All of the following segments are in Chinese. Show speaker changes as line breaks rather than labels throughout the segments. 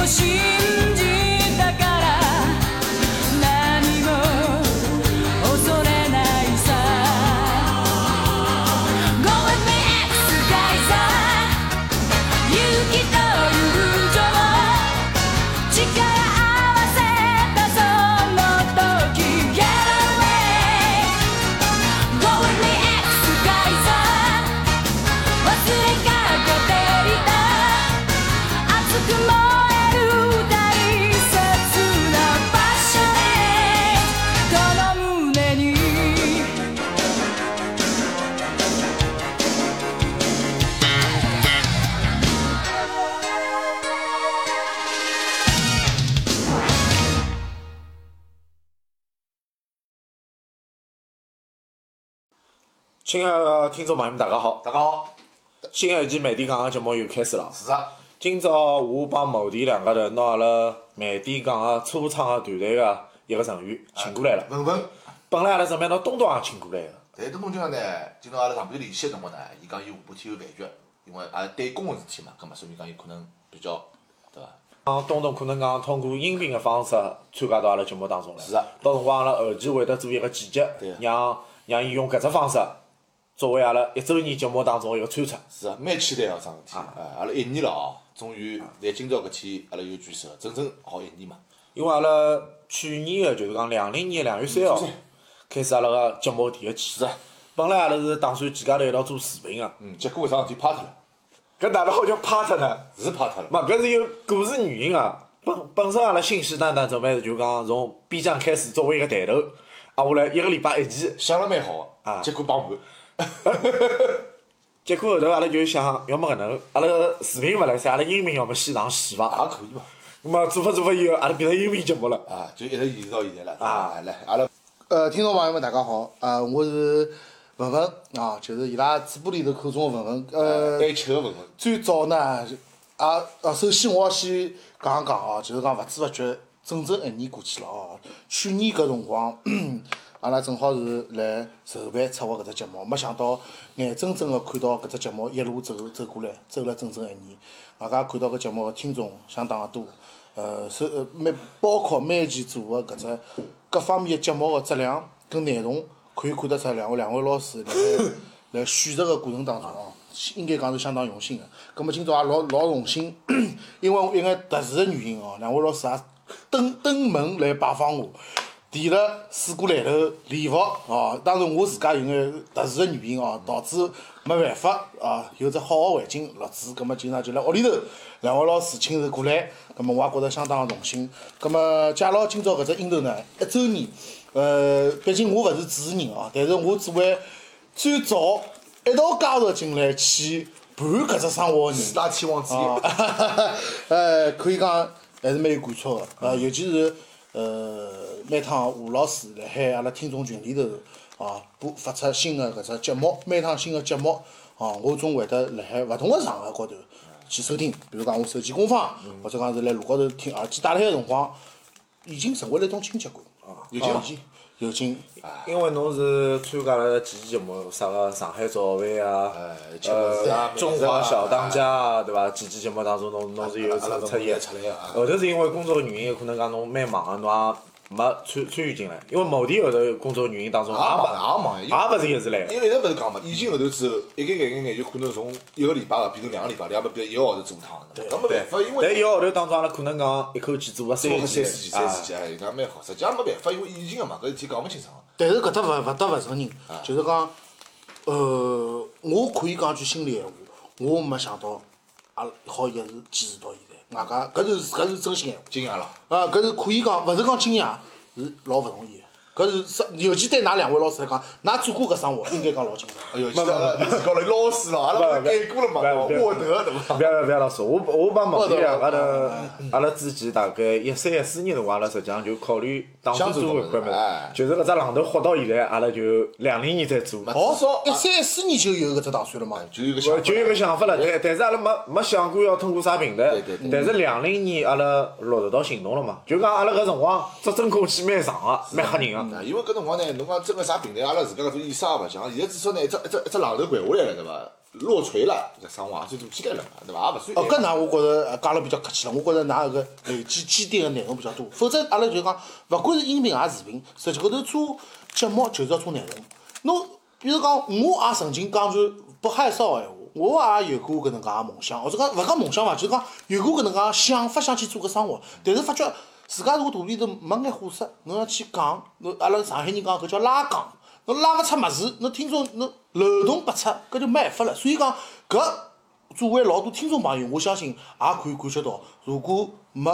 を信じたから何も恐れないさ Go with me 世界さ勇気と友情力合わせたその時 Get away Go with me 世界さ忘れかけていた熱く燃える大切な場所へこの胸に
亲爱的听众朋友们，大家好！
大家好，
新的一期慢点讲个啊节目又开始了。
是啊，
今朝我帮某弟两家头拿阿拉慢点讲啊个车窗个团队个一个成员请过来了。
文文，
本来阿拉准备拿东东也请过来个，
但东东今朝呢，今朝阿拉上半天联系个辰光呢，伊讲伊下半天有饭局，因为阿拉对公个事体嘛，葛末所以讲伊可能比较，对伐？
讲啊东东可能讲通过音频个方式参加到阿拉节目当中来。
是啊
到辰光阿拉后期会得做一个剪辑
对啊，
让让伊用搿只方式作为阿拉一周年节目当中个一个穿插。
是啊，蛮期待个桩事体，哎，阿拉一年了哦，终于在今朝搿天，阿拉有举手，整整好一年嘛，
因为阿拉去年个就是讲两零年两月三号开始阿拉个节目第一期
嗯是。啊，
本来阿拉是打算几家头一道做视频个，
嗯，结果搿桩事体拍脱了，
搿哪能好叫趴脱呢？
是拍脱了，
嘛，搿是有故事原因啊。本本身阿拉信誓旦旦准备就讲从 B 站开始作为一个抬头，啊，下来一个礼拜一期，
想了蛮好个，
啊
结果帮满，
结果后头阿拉就想，要么搿能，阿拉视频勿来塞，阿拉音频要么先上线伐？
也啊可以嘛，
那么做法做法以后，阿拉变成音频节目了。
啊，就一直延续到现在了，
啊，
来，阿拉
呃，听众朋友们，大家好，呃，我是文文啊，就是伊拉嘴巴里头口中的文文。呃，
单吃个文文，
最早呢，啊啊，首先我要先讲一讲哦，就是讲勿知勿觉，整整一年过去了哦。去年搿辰光， 阿拉正好是来筹备策划搿只节目，没想到眼睁睁个看到搿只节目一路走走过来，走了整整一年。外加看到搿节目个听众相当个多，呃，是呃，每包括每一期做啊个搿只各方面个节目个质量跟内容，可以看得出两位两位老师辣盖来选择个过程当中哦，应该讲是相当用心个。葛么今朝也老老荣幸， 因为一眼特殊个原因哦，两位老师也登登门来拜访我，提了四股篮头礼服哦。当然我自家有眼特殊个原因哦，导致没办法啊，有只好个环境录制，葛么今朝就辣屋里头，两位老师亲自过来，葛么我也觉着相当个荣幸。葛么介绍今朝搿只音头呢，一周年，呃，毕竟我勿是主持人哦，但是我作为最早一道加入进来去盘搿只生活的人
四，大天王之
啊
一，，
呃，可以讲还是蛮有感触的，呃，尤其是呃，每趟吴老师辣海阿拉听众群里头啊，播发出新的搿只节目，每趟新的节目啊，我总会得辣海勿同个场合高头去收听，比如讲我手机公放，或者讲是辣路高头听啊耳机戴辣海个辰光，已经成为了一种亲切感啊，
有劲
啊
伐
已经有劲。
因为侬是参加了几期节目，啥个上海早饭啊，
哎吃么子啊
呃，中华小当家啊，对伐？几期节目当中，侬侬是有
哎阿拉
出现
出来的啊
后头是因为工作的原因，可能讲侬蛮忙个，侬也没参参与进来。因为某地后头工作原因当中，也
也忙
勿
啊也忙
也勿是一直来个。
因为一直勿是讲嘛，疫情后头之后，一眼眼眼眼有可能从一个礼拜个变成两个礼拜，两个变成一个号头做一趟，对伐搿没办法，因
但一
为
个号头当中，阿拉可能讲一口气做个三
做个
期啊
三四期、三四期，哎，人家蛮好，实际也没办法，因为疫情个嘛，搿事体讲勿清爽。
但是搿搭勿勿得勿承认，就是讲，呃，我可以讲句心里闲话，我没想到，阿拉好一直坚持到现在，外加搿是搿是真心闲话。
惊讶了，
啊，搿是可以讲，勿是讲惊讶，是老勿容易的。搿是生尤其对㑚两位老师来讲，㑚做过搿生活，应该讲老惊讶。
哎呦，现在是搞了老师了，阿拉勿是改过了嘛，沃德对伐？
不要不要不要老师，我我帮某地两家
不要
头
不要
阿拉之前大概一三一四年辰光，阿拉实际上就考虑打算
想做
做搿
搿
块物
物事哎
事，就是搿只榔头豁到现在，阿拉就两零年再做。
至少
一三一四年就有搿只打算了嘛。
就有个
我
想，
就有个想法了，但但是阿拉没没想过要通过啥平台
对对对。
但是两零年阿拉落实到行动了嘛，就讲阿拉搿辰光执政空气蛮长个，蛮吓人个。
啊，因为搿辰光呢，侬讲真个啥平台，阿拉自家搿种意识也勿强，现在至少呢，一只一只一只榔头掼下来了，对伐？落锤了，搿生活也算做起来了嘛，对伐？也勿算晚
哦，搿哪我觉着呃讲了比较客气了，我觉着㑚搿个呃累积积淀个内容比较多，否则阿拉就讲，勿管是音频还是视频，实际高头做节目就是要做内容。侬比如讲，我也曾经讲句不害臊个闲话，我也有过搿能介个梦想，或者讲勿讲梦想伐，就是讲有过搿能介想法想去做搿生活，但是发觉自家如果肚皮头没眼货色，侬要去讲，侬阿拉上海人讲搿叫拉讲。侬拉勿出物事，侬听众侬漏洞百出，搿就没办法了。所以讲，搿作为老多听众朋友，我相信也可以感觉到，如果没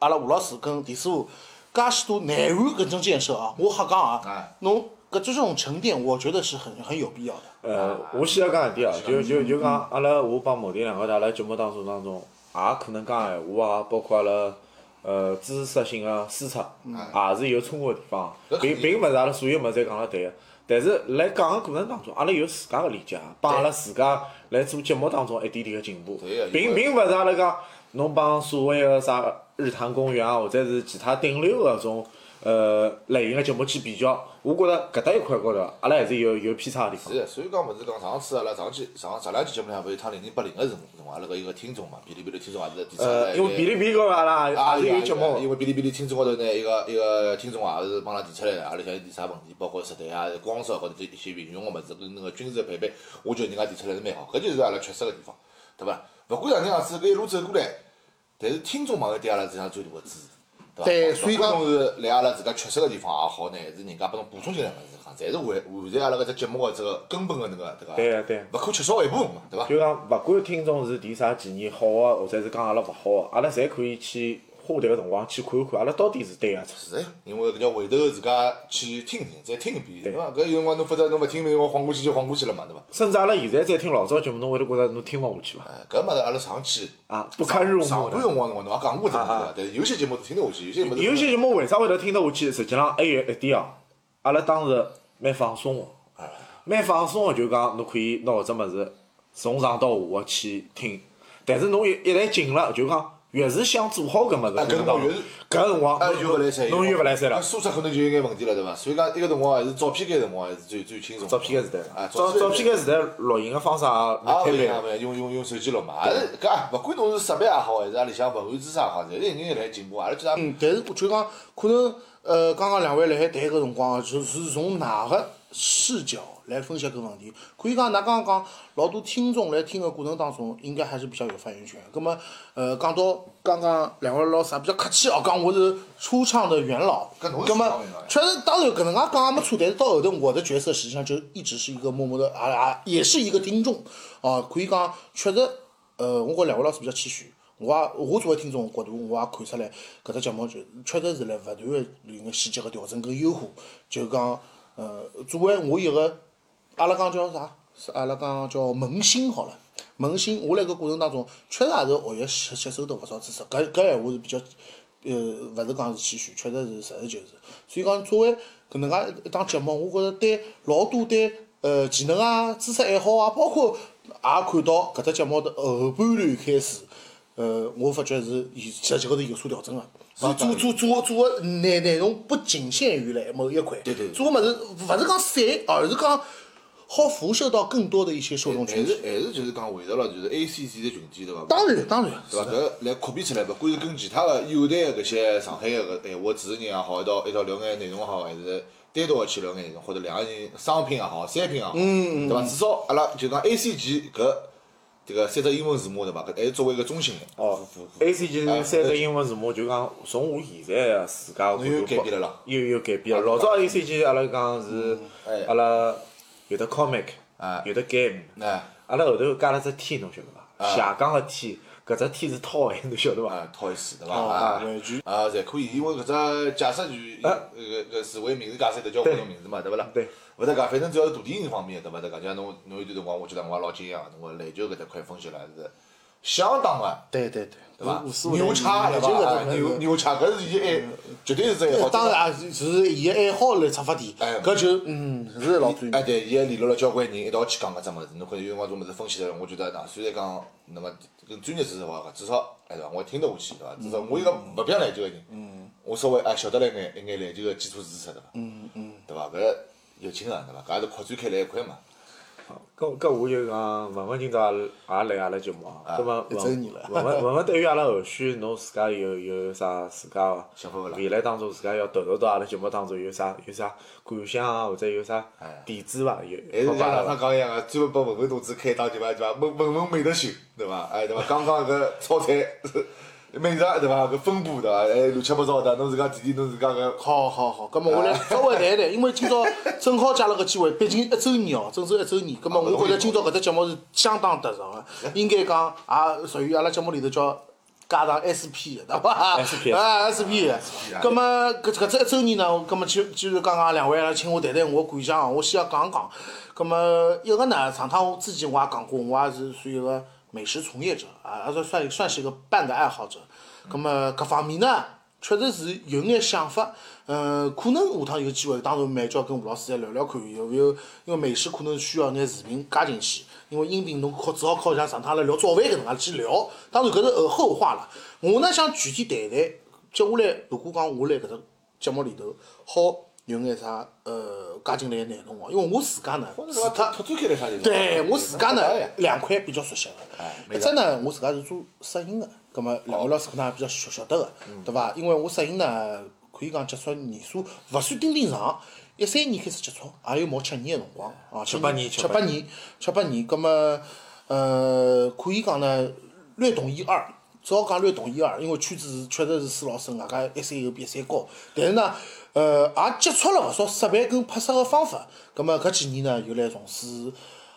阿拉吴老师跟田师傅介许多内涵搿种建设啊，我瞎讲啊
哎，
侬搿这种沉淀，我觉得是很很有必要的。
呃，我先要讲一点啊，就就就讲阿拉我帮毛弟两个在阿拉节目当中当中，也可能讲闲话啊，包括阿拉呃知识性个输出，也是有冲突个地方，
搿
并
肯
并
定
勿嗯是阿拉所有物事侪讲了对个。但是来讲个过程当中，阿拉有自家个理解，啊帮阿拉自家来做节目当中一点点个进步
对个，
并
因为
并勿是阿拉讲侬帮所谓个啥日坛公园啊，或者是其他顶流个种呃类型个节目去比较，我觉着搿搭一块高头，阿拉还是有有偏差个地方
是。的，所以讲勿是讲上次阿拉上期上上两期节目上勿是一趟零零八零个辰辰光，阿拉搿一个听众嘛，哔哩哔哩听众也是第三
呃，
个
因为哔哩哔哩高头阿拉
啊，
也也是有
有
节
因
目，
为哔哩哔哩听众高头呢，一个一个听众啊，也是帮阿拉提出来的，阿拉想有点啥问题，包括实弹啊、光照高头一些运用个物事，跟那个军事配备，我觉得人家提出来是蛮好，搿就是阿拉缺失个地方，对伐？勿管哪能样子，搿一路走过来，但是听众朋友对阿拉是上最大个支持，对伐？
对所以讲
勿管是来阿拉自家缺失个地方也好呢，还是人家帮侬补充进来物事，讲侪是完完善阿拉搿只节目个这个根本个那个对伐？
对个对个
勿可缺少一部分嘛，对伐？
就讲勿管啊听众是提啥建议好个，啊或者是讲阿拉勿好个，啊阿拉侪可以去花迭个辰光去看一看，阿拉到底是对啊个错。
是呀，因为搿叫回头自家去听听，再听一遍，
对
对伐？搿有辰光侬否则侬勿听，侬晃过去就晃过去了嘛，对伐？
甚至阿拉现在再听老早节目，侬会得觉着侬听勿下去伐？
哎，搿物事阿拉上去
啊不堪入目的
上上半辰光辰光侬也讲过这个物事，但是有些节目都听得下去，有些物事
有些节目为啥会得听得下去？实际上还有一点哦，阿拉当时蛮放松个，蛮放松个，就讲侬可以拿搿只物事从上到下个去听，但是侬一一旦进了，就讲越是想做好搿物事，
哎搿辰光越是
搿辰光
哎就勿来啊三，
侬越勿来三了
搿。素质可能就有眼问题了，对伐？所以讲，一个辰光还是照片间辰光还是最最轻松。
照片个时代
哎，
了，照照片
间
个时代录音个方式
啊，勿
也蛮
一样，
特
勿一样用用用手机录嘛，还是搿啊勿管侬是设备也好，还是阿里向文案知识也好，侪是一眼一眼来进步，阿拉叫啥？
嗯，但是我就讲，可能呃，刚刚两位辣海谈搿辰光啊，就是从㑚个视角来分析搿问题。可以讲，㑚刚刚讲老多听众来听个过程当中，应该还是比较有发言权。葛末呃，讲到刚刚两位老师也比较客气哦，讲我是初创的元老。
搿侬是
葛
初
末
创元老呀
确实，当然搿能介讲也没错，但是到后头我的角色实际上就一直是一个默默的啊啊，也是一个听众啊，可以讲确实，呃，我觉两位老师比较谦虚。我也我作为听众角度，我也看出来搿只节目就确实是辣勿断个有眼细节个调整跟优化，就讲呃，作为我一个阿拉讲叫啥？是阿拉讲叫萌新好了。萌新，我辣搿过程当中确实也是学习吸吸收到勿少知识，搿搿闲话是比较，呃，勿是讲是谦虚，确实是实事求是。所以讲，作为搿能介一档节目，我觉着对老多对呃技能啊、知识爱好啊，包括也看到搿只节目的后半段开始，呃，我发觉是有实际高头有所调整个。做做做做做个内内容不仅限于来某一块，
对对对
做个物事勿是讲散，而是讲好辐射到更多的一些受众
还
群
是
体。
还是就是讲回到了就是 A C C 的群体，对伐？
当然，当然，
对伐？搿来扩编出来，勿管是跟其他个有台个搿些上海个搿闲话主持人也好，一道一道聊眼内容也好，还是单独个去聊眼内容，或者两个人商品也好，三品也好，对伐？至少阿拉就讲 A C G 搿迭个三只英文字母对伐？搿还是作为一个中心的。
哦
符符符
，A C G
啊
三个英文字母就讲从我现在个自家角
侬有
度
改变了啦啊
又有改变了。老早 A C G 阿拉讲是
哎
阿拉有的 comic，
哎
有的 game，
哎
阿拉后头加了只 T，侬晓得伐？下岗个 T，搿只 T 是套闲，侬 晓得伐？
啊，套一次对伐？
哦
啊
玩具，
啊，侪可以，因为搿只解释句，
啊
搿搿词汇名字解释得叫活动名字嘛，对勿啦？
对
勿搭讲，反正只要是大电影方面的，对勿搭讲，就像侬侬有段辰光，我记得我也老惊讶，侬个篮球搿只块分析了是相当个。
对对对，
对伐
无无所？谓
牛叉对
就搿
伐？
种
牛牛叉，搿是伊爱，绝对是只爱好。
啊当然也是伊个爱好来出发点，
哎
搿就嗯是老专
哎，
业。
对，伊还联络了交关人一道去讲搿只物事，侬可能有辰光种物事分析了，我觉得，哪虽然讲那么跟专业知识话，至少哎对伐，我听得下去对伐？至
嗯
少我一个勿漂篮球个人，我稍微哎晓得了一眼一眼篮球个基础知识对伐？嗯嗯，对伐？搿有劲啊对伐？搿也是扩展开来一块嘛。
搿搿我就啊讲文文今朝也也来阿拉节目啊，搿么
一
文
周年了
文文文文对于阿拉后续侬自家有有啥自家
想法勿啦
未来当中自家要投入到阿拉节目当中有啥有啥感想啊，或者有啥
哎
点子伐？有
还是
好
像
吧
上趟讲一样个，啊专门拨文文同志开一档对伐？对伐？文文文美得秀对伐？哎对伐？刚刚搿炒菜 美食对伐？搿分布对伐？哎乱七八糟的，侬自家提提侬自家搿
哦好好好，葛末我来稍微谈一谈，因为今朝正好借了个机会，毕竟一周年哦，正是一周年。葛末我觉着今朝搿只节目是相当特殊个，应该讲啊也属于阿拉节目里头叫加上 SP 的，对伐
SP
啊，SP 啊的。葛末搿搿只一周年呢，葛末就就是刚刚两位来请我谈谈我感想，我先要讲一讲。葛末一个呢，上趟我之前我也讲过，我也是属于一个美食从业者啊，也算算算是一个半个爱好者。葛末各方面呢？确实是有眼想法，呃，可能下趟有机会，当然蛮叫跟吴老师再聊聊看，有没有？因为美食可能需要眼视频加进去，因为音频侬靠只好靠像上趟阿拉聊早饭搿能介去聊，当然搿是后后话了。我呢想具体谈一谈，接下来如果讲我来搿只节目里头好有眼啥呃加进来的内容哦，因为我自家呢，
侬
除
自家
脱
拓展开来啥地方？
对我自家呢
哎呀
两块比较熟悉
哎
个，一只呢我自家是做摄影个，葛末两位老师可能也比较晓晓得个，对伐？因为我摄影呢可以讲接触年数勿算丁丁长，一三年开始接触，也有毛七年个辰光啊，
七八年
七
七八
八年，七八年，葛末呃可以讲呢略懂一二。只好讲略懂一二，因为圈子是确实是水老深，外加一山有比一山高。但是呢，呃，也接触了勿少设备跟拍摄个方法。葛末搿几年呢，又来从事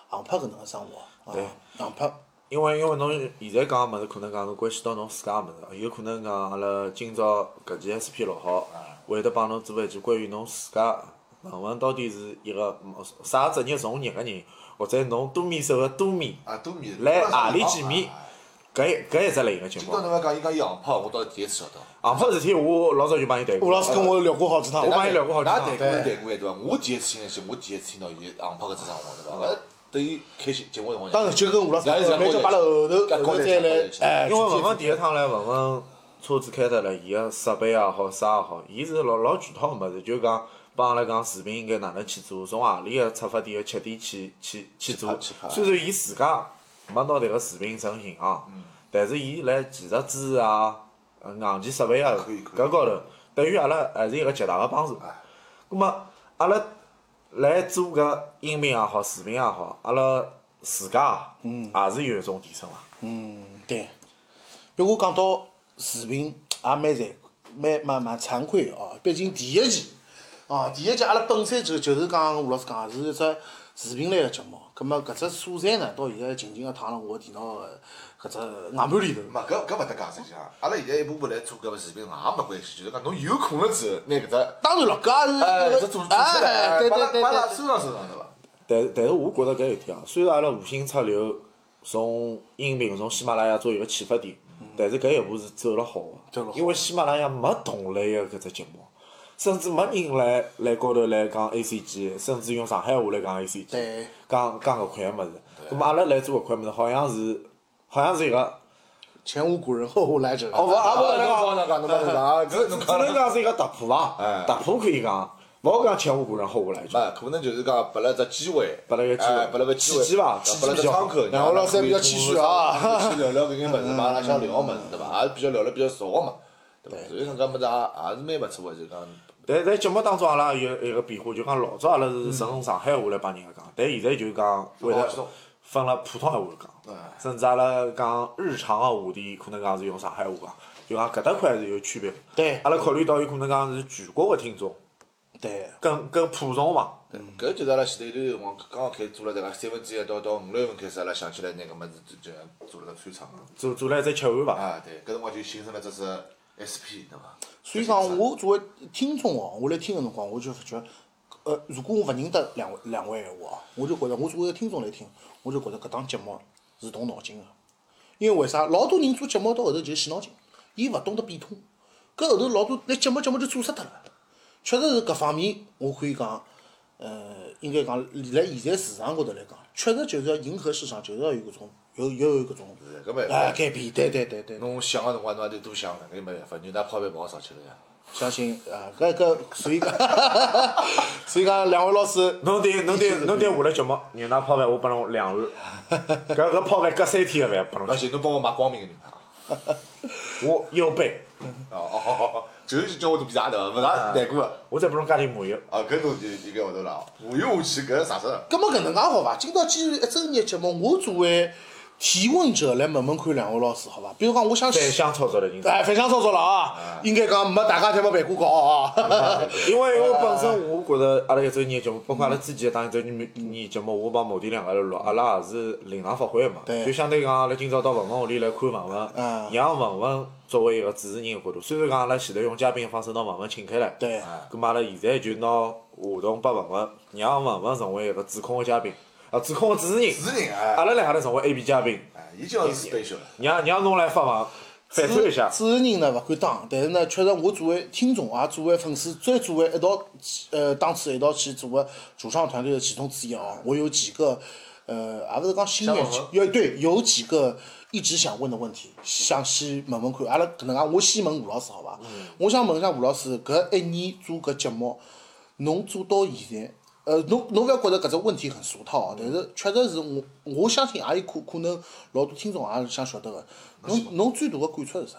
航拍搿能个生活，
对
啊，航拍
因为因为侬现在讲个物事，可能讲是关系到侬自家个物事，有可能讲阿拉今朝搿期 SP 录好，
哎
会得帮侬做一期关于侬自家文文到底是一个嗯啥职业从业个人，或者侬多面手个多面，
啊，多米
来何里见面，搿一搿一只类型个节
今
目
朝。侬要讲伊讲伊航拍，我倒是第一次晓得。
航拍事体我老早就帮伊谈
吴
过，
老师跟我聊过好几趟，
我帮
我
伊聊过好几趟
㑚谈过谈过对伐？我第一次听是，我第一次听到伊航拍搿只生活对伐？搿等于开始节目辰光。
当然就跟吴老师讲，慢叫摆辣后头，
搿
后头再来，哎，
因为文文
问
第一趟来，文文车子开得来，伊个设备也啊好，啥也好，伊是老老全套个物事，就讲帮阿拉讲视频应该哪能去做，从何里个出发点个切点去去去做
拍去拍。
虽然伊自家没拿迭个视频成型啊，
嗯
但是伊辣技术支持啊、呃硬件设备啊
可以可以哎
搿高头，对于阿拉还是一个极大个帮助。葛末阿拉来做搿音频也好，视频也好，阿拉自家
嗯
也是有一种提升伐。
对，如果讲到视频，也蛮惭，蛮蛮蛮惭愧的哦。毕竟第一期，哦，第一期阿拉本身就就是讲吴老师讲的是一只视频类的节目。葛末搿只素材呢，到现在静静地躺辣我的电脑的搿只硬盘里头。
嘛，搿搿勿搭讲实际上，阿拉现在一步步来做搿个视频也没关系，就是讲侬有空了之后，拿�起搿
当然了，搿
只
也
搿只
是一
组
个
组起来，
哎，对
把
对
它
对
把它
对。
收藏收藏对伐？
但但是我觉着搿一点啊，虽然阿拉无心插柳，从音频从喜马拉雅做一个启发点，但是搿一步是走了好
嗯走了
个，
好
因为喜马拉雅没同类个搿只节目，甚至没人来来高头来讲 A C G，甚至用上海话来讲 A C G，
对
讲讲搿块个物事。葛末阿拉来做搿块物事，好像是好像是一 个，
前无古人后无来者。
哦勿也勿能
啊
讲
侬讲侬讲侬讲啊搿侬
只能讲是一个突破伐
哎？
突破可以讲，勿好讲前无古人后无来者。
嘛，哎可能就是讲拨了只机会，
拨了个机会
哎拨了个机会，
契机吧
拨了
契
个
机
窗口。
然后老师还比较谦虚啊
去聊聊搿眼物事嘛，阿拉想聊个物事对伐？也比较聊了比较熟个嘛，对伐？所以讲搿物事也也是蛮勿错个，就讲
但在节目当中，阿拉有一个变化，就讲老早阿拉是纯上海话来帮人家讲，但现在就讲会
好
得
激动
分了普通闲话讲，甚至阿拉讲日常个话题，可能讲是用上海话讲，就讲搿搭块是有区别。
对
阿拉考虑到有可能讲是全国个听众，
对。
跟跟普通嘛，
搿就是阿拉前头一段辰光刚刚开始做了，大概三分之一到到五六月份开始，阿拉想起来拿搿物事就就做了个穿插嘛。
做做了一只吃完伐？
啊，对，搿辰光就形成了这是 SP 对伐？
所以讲，我作为听众哦，我来听个辰光，我就发觉，呃，如果我勿认得两位两位闲话哦，我就觉着我作为一个听众来听，我就觉着搿档节目是动脑筋个、因为为啥？老多人做节目到后头就是死脑筋，伊勿懂得变通，搿后头老多拿节目节目就做死脱了。确实是搿方面，我可以讲，呃，应该讲，辣现在市场高头来讲，确实就是要迎合市场，就是要有搿种，有有有搿种
是搿没办法
啊改变，对对对对。
侬想个辰光侬也得多想，搿也没办法，牛奶泡饭勿好上去了呀。
相信啊，搿搿所以讲，所以讲两位老师
侬对侬对侬对下了节目牛奶泡饭，我拨侬两碗，搿搿泡饭隔三天个饭拨
而
侬吃，
且侬帮我买光明个牛排。
我腰背，
哦哦哦哦，就是叫我做披萨头，勿大难过个。
我再拨侬加点麻油。
啊，搿侬就应该会得了。我又下去搿是啥事？
咁么搿能介好伐？今朝既然一周年节目，我作为提问者来问问看两位老师，好伐？比如讲，我想
反向操作了已经，
哎，反向操作了啊，应该讲没大家侪没办过搞啊。
因为我本身我觉着阿拉一周年节目，包括阿拉之前的当一周年节目，我帮毛弟两个人录，阿拉也是临场发挥嘛，
对
就相对讲阿拉今朝到文文屋里来看文
嗯
文，让文文作为一个主持人的角度，虽然讲阿拉前头用嘉宾的方式拿文文请开来，啊
对
咁嘛阿拉现在就拿话筒拨文文，让文文成为一个主控的嘉宾，啊，主控的主持人，
主持人哎
阿拉两个人成为 A B 嘉宾，
哎，伊就是 special 了。
让让侬来发问，反
主
推一下，
主持人呢勿敢当，但是呢，确实我作为听众啊，作为粉丝，再作为一道呃档次一道去做个呃主创团队的其中之一啊，我有几个呃，也勿是讲心
想
愿
问问，
有对有几个一直想问的问题，想先问问看。阿拉搿能介，啊我先问吴老师好伐？我想问一下吴老师，搿一年做搿节目，侬做到现在。呃，侬侬勿要觉着搿只问题很俗套哦，但是确实是我我相信也有可可能老多听众也是想晓得个。侬侬最大个感触是啥？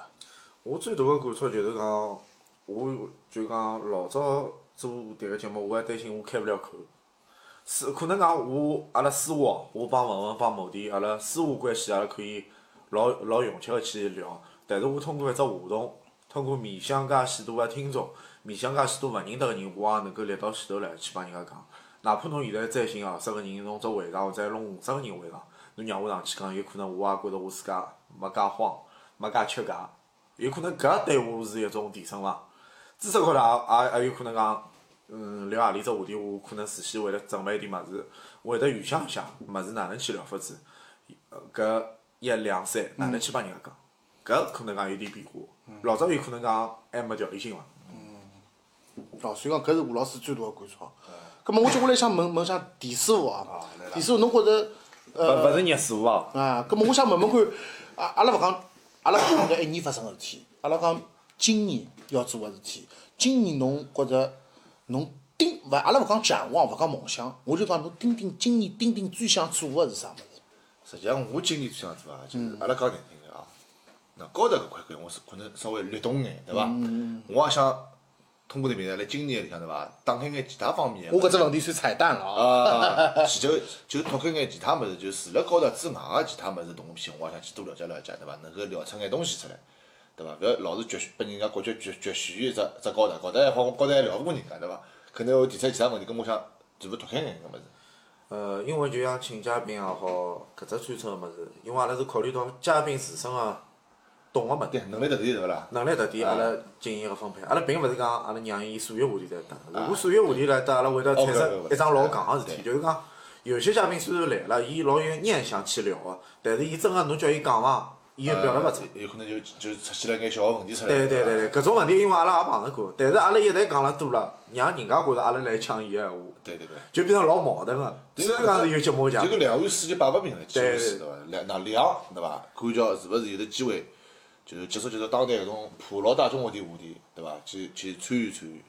我最大个感触就是讲，我就讲老早做迭个节目，我还担心我开勿了口。私可能讲我阿拉私下，我帮文文帮某弟，阿拉私下关系阿拉可以老老融洽个去聊。但是我通过一只话筒，通过面向介许多个听众，面向介许多勿认得个人，我也能够立到前头来去帮人家讲。哪怕侬现在再寻二十个人，侬只回答或者弄五十个人回答，侬让我上去讲，有可能我也觉着我自家没介慌，没介吃尬，有可能搿对我是一种提升伐。知识高头也也也有可能讲，嗯，聊何里只话题，我可能事先会得准备一点物事，会得预想一下物事哪能去聊法子，呃搿一两三哪能去帮人家讲，搿可能讲有点变化。老早有可能讲还没条理性伐？
哦，所以讲搿是吴老师最大个感触。咁么，我接下来想问问一下田师傅啊
啊来，啦
田师傅侬觉着
勿勿是热师傅哦，
啊？咁么，我想问问看，啊，阿拉勿讲，阿拉勿讲搿一年发生个事体，阿拉讲今年要做个事体。今年侬觉着侬盯勿？阿拉勿讲展望，勿讲梦想，我就讲侬盯盯今年盯盯最想做个是啥物事？
实际上，我今年最想做啊，就是阿拉讲难听点啊，那高头搿块搿我是可能稍微略懂眼，对伐？我也想通过这平台来今年里向对伐，打开眼其他方面的。
我搿只问题算彩蛋了啊！
啊，其就就拓开眼其他物事，就除了高头之外个其他物事同片，我也想去多了解了解，对伐？能够聊出眼东西出来，对伐？勿要老是局被人家感觉局局限于只只高头，高头还好，高头还聊勿过人家，对伐？可能会提出其他问题，跟我想全部拓开眼搿物事。
呃，因为就像请嘉宾也好，搿只专程个物事，因为阿拉是考虑到嘉宾自身个懂个物事
对，。能力特点对勿啦？
能力特点，阿拉进行一个分配。阿拉并勿是讲阿拉让伊所有话题侪搭，如果所有话题来搭，阿拉会得产生一桩老戆个事体，就是讲有些嘉宾虽然来了，伊老有念想去聊个，但是伊真个侬叫伊讲伐，伊又表达勿出。
有可能就就出现了眼小个问题出来。
啊对对
伐
对对，搿种问题因为阿拉也碰着过，但是阿拉一旦讲了多了，让人家觉着阿拉来呛伊个闲话，
对对对。
就变成老矛盾个。虽然讲是有节目讲
就，搿两碗水就摆勿平了，其
对
实是对伐？两哪两对伐？看叫是勿是有得机会，就是接触接触当代搿种普罗大众个点话题，对伐？去去参与参与，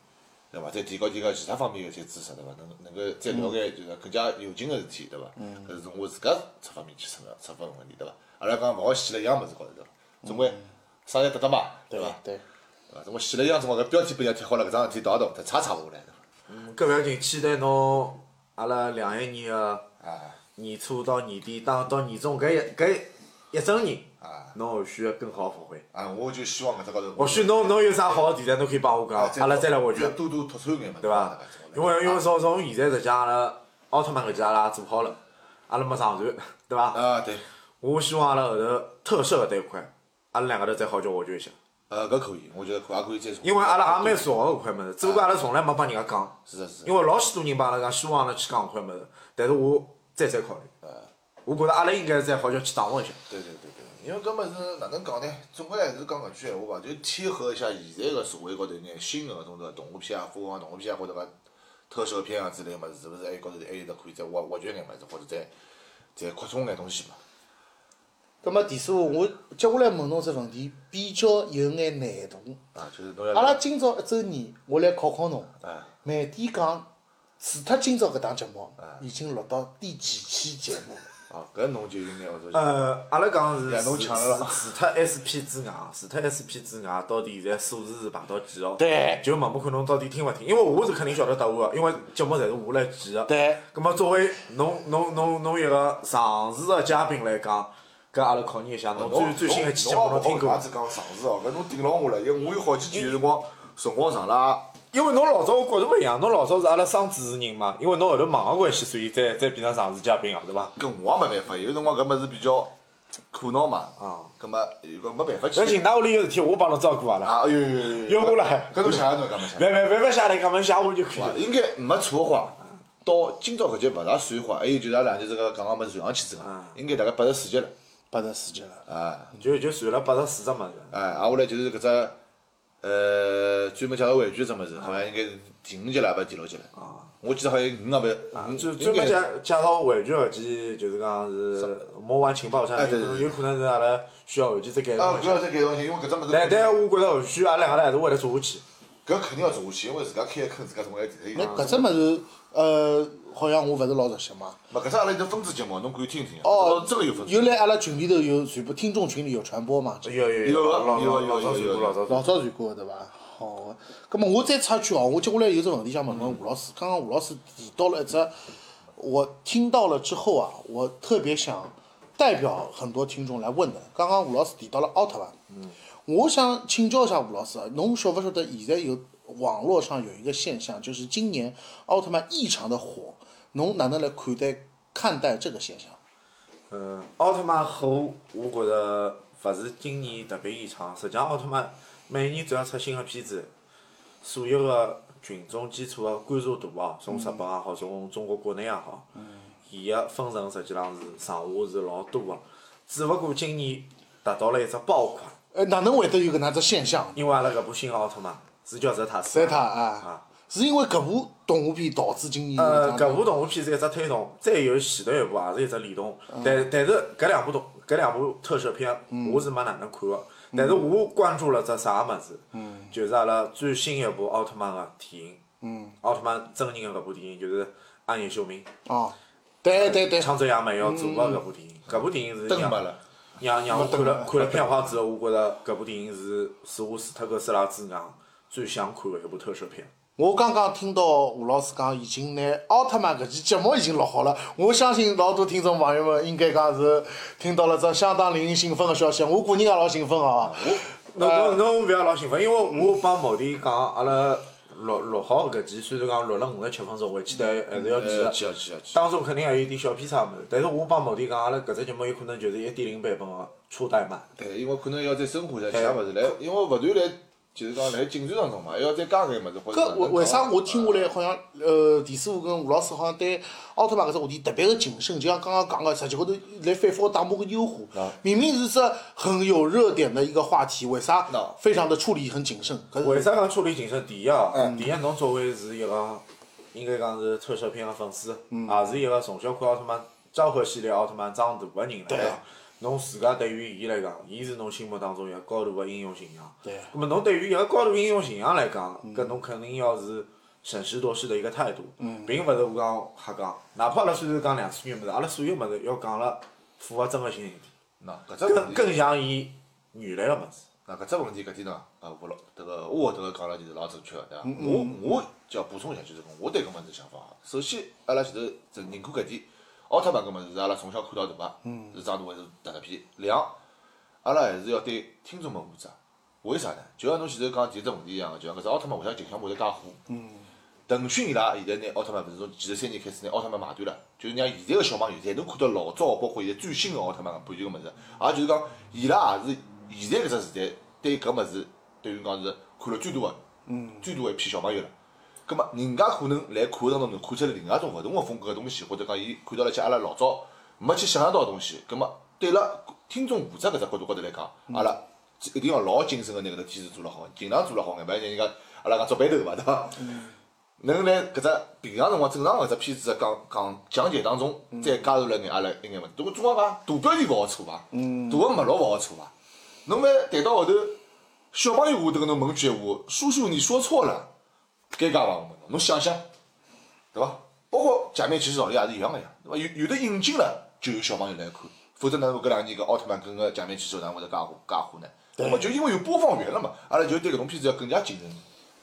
对伐？再提高提高其他方面个一些知识，对伐？能能够再了解就是更加有劲个事体，对伐？搿是从我自家出发面去出发出发问题，对伐？阿拉讲勿好死辣一样物事高头，对伐？总归啥侪搭搭嘛，嗯对伐？
啊对，
对伐？总归死辣一样辰光，搿标题被人家贴好了，搿桩事体倒也倒勿差差勿下来，对伐？
搿勿要紧，期待侬阿拉两一年个。
啊
年初到年底，当到年终搿一搿一整年
啊，
侬后续更好发挥。
啊！我就希望搿只高头。
或许侬侬有啥好的题材，侬可以帮我
啊
讲，阿拉再来回去
要，多多拓展眼嘛，
对伐？因
因为
为因
因
为
为
从从现在实际上阿拉奥特曼搿集阿拉也做好了，阿拉没上传，对伐？
啊对，
我希望阿拉后头特摄搿搭一块，阿拉两个头再好叫挖掘一下，
呃搿可以，我觉得可也可以再重
因为阿拉也蛮熟搿块物事，只不过阿拉从来没帮人家讲，
是的是的
因为老许多人帮阿拉讲，希望阿拉去讲搿块物事，但是我再三考虑，
啊
我觉着阿拉应该再好叫去打磨一下。
对对对对，因为搿物事哪能讲呢？总归还是讲搿句闲话伐，就贴合一下现在个社会高头眼新个搿种个动画片啊、科幻动画片啊，或者讲特摄片啊之类个物事，是勿是还有高头还有得可以再挖挖掘眼物事，或者再再扩充眼东西嘛？
葛末田师傅，我接下来问侬只问题比较有眼难度。
啊，就是侬要
阿拉今朝一周年，我来考考侬
啊。
慢点讲，除脱今朝搿档节目，已经录到第几期节目了？
啊，搿侬就有眼勿说，
呃，阿拉讲是
呀侬
除
抢了啦
除脱 SP 之外，除脱 SP 之外，到底现在数字是排到几号？
对
就问问看侬到底听勿听，因为我是肯定晓得答案个，因为节目侪是我来记个。
对。
葛末作为侬侬侬侬一个上市个嘉宾来讲，搿阿拉考验一下侬最最新一期节目
哦
侬
侬
听过
我
伐？
只讲上市哦，搿侬顶牢我了，因为我有好几句辰光辰光长了，啊
因为侬老早我觉着勿一样，侬老早是阿拉双主持人嘛，因为侬后头忙个关系，所以再再变成常驻嘉宾个，啊对伐？
搿我也没办法，有辰光搿物事比较苦恼嘛。
啊。
葛末有个没办法
要
去
紧，。㑚屋里有事体，我帮侬照顾阿拉。
啊，哎呦呦呦呦！
有我了
搿侬想也侬讲没想？
别别别别下来讲，侬下我就可以
哇
了。
应该没错的话，到今朝搿节勿大算的话，还有就是阿拉两集这个刚刚没传上去之外，
啊
应该大概八十四集了。
八十四集了。
啊，
就就传了八十四只物事。
哎，挨下来就是搿只呃专门介绍玩具这物
啊
事，好像应该是第五集了，还是第六集了。啊，我记得好像有五啊不是五，
专专
应该
门介
是
介绍玩具搿件，就是讲是魔幻情报
哎
战，
对对对
有可能是阿拉需要后期再改
啊
动，一
搿
下。
要再改动一下，因为搿只物事
但但我觉着后续阿拉阿拉还是会得做下去。
搿肯定要做下去，因为自家开个坑，自家总归要填
那
一下。
搿只物事，呃，好像我勿是老熟悉嘛。
勿搿只阿拉有分支节目，侬可以听一听。
哦，
真个有分支。
有来阿拉群里头有传播，听众群里有传播嘛？
有有
有啊
老
有
老
啊有啊
老早
有啊
传
有啊
过老早传
老早传过的对伐？好的，葛末我再插句哦，我接下来有只问题想问问吴老师。刚刚吴老师提到了一只，我听到了之后啊，我特别想代表很多听众来问的。刚刚吴老师提到了奥特曼，嗯，我想请教一下吴老师啊，侬晓不晓得现在有网络上有一个现象，就是今年奥特曼异常的火，侬哪能来看待看待这个现象？
嗯，奥特曼火，我觉着勿是今年特别异常。实际上，奥特曼每年只要出新个片子，所有个群众基础个关注度哦，从日本也好，从中国国内也好，伊个分成实际上是上下是老多个。只勿过今年达到了一只爆款，
呃，哪能会得有搿能介只现象？
因为阿拉搿部新个奥特曼是叫泽塔斯。
在他啊，是因为搿部动画片导致今年有
呃，
这
搿
样
部动画片是一只推动，再有前头一部也是一只联动，但但是搿两部动搿两部特摄片，我是没哪能看个，但是我关注了只啥物事，就是阿拉最新一部奥特曼个电影，奥特曼真人个搿部电影就是暗夜秀明，
啊，对对对，
长泽雅美要做个搿部电影，搿部电影是
灯没
让
了。
让让我看
没
了
得
看了片花之后，我觉着搿部电影是是我除脱哥斯拉之外最想看个一部特摄片。
我刚刚听到吴老师讲，已经拿奥特曼搿期节目已经录好了。我相信老多听众朋友们应该讲是听到了这相当令人兴奋的消息，我个人也老兴奋哦。
侬侬侬勿要老兴奋，因为我帮某弟讲，阿拉录录好搿期，虽然讲录了五十七分钟，回去但还是要
呃，
记
去
个。
要去要去。
当中肯定还有一点小偏差物事，但是我帮某弟讲，阿拉搿只节目有可能就是一点零版本个初代版。
对，因为可能要再深化一下其他物事，来，因为勿断来就是讲来进展当中嘛，还要再加搿物事或者
搿
哪能哦
为为啥
讲
我听下来好像呃，田师傅跟吴老师好像对奥特曼搿只话题特别的谨慎，就像刚刚讲个，实际高头来反复打磨个优化
啊。
明明是这很有热点的一个话题，为啥
喏
非常的处理很谨慎？搿是
为啥讲处理谨慎？第一啊，第一侬作为是一个应该讲是特摄片个粉丝，也是一个从小看奥特曼、昭和系列奥特曼长大个人来
对
讲，侬自家对于伊来讲，伊是侬心目当中一个高度个英雄形象。
对啊
那么侬对于一个高度英雄形象来讲，
嗯
搿侬肯定要是审时度势的一个态度，
嗯
并勿是我讲瞎讲。哪怕阿拉虽然讲两次元物事，阿拉所有物事要讲了符合真个性，
喏，搿只问
更
题，
更像伊原来个物事。
那啊搿只问题搿点呢，呃，我老迭个我迭个讲了就是老准确个，对伐？我我就要补充一下，就是讲我对搿物事想法啊。首先，阿拉前头承认可搿点，哦奥特曼搿物事是阿拉从小看到大，是长大还是特摄片。两，阿拉还是要对听众们负责。为啥呢？就像侬前头讲第一只问题一样个，就像搿只奥特曼为啥近腔会得介火？腾讯伊拉现在拿奥特曼勿是从前头三年开始拿奥特曼买断了，就是让现在个小朋友侪能看到老早包括现在最新个啊奥特曼个半球个物事，也就是讲伊拉也是现在搿只时代对搿物事等于讲是看了最多个，最多的一批小朋友了。葛末人家可能来看当中能看出来另外一种勿同个风格个东西，或者讲伊看到了一些阿拉老早没去想象到个东西。葛末对辣听众负责搿只角度高头来讲，阿拉一定要老谨慎个拿搿只天使做了好，尽量做了好眼，勿然让人家阿拉讲做班头嘛，对伐？能来搿只平常辰光正常搿只片子的讲讲讲解当中，再加入了眼阿拉一眼问题。如果总归讲大标题勿好错伐，大个脉络勿好错伐，侬万一谈到后头小朋友会得跟侬问句闲话，叔叔你说错了，尴尬伐？我问侬，侬想想，对伐？包括假面骑士道理也是一样个呀，对伐？有有的引进了就有小朋友来看，否则哪能搿两年搿奥特曼跟个假面骑士哪能会得介火介火呢？那么就因为有播放源了嘛，阿拉就对搿种片子要更加谨慎。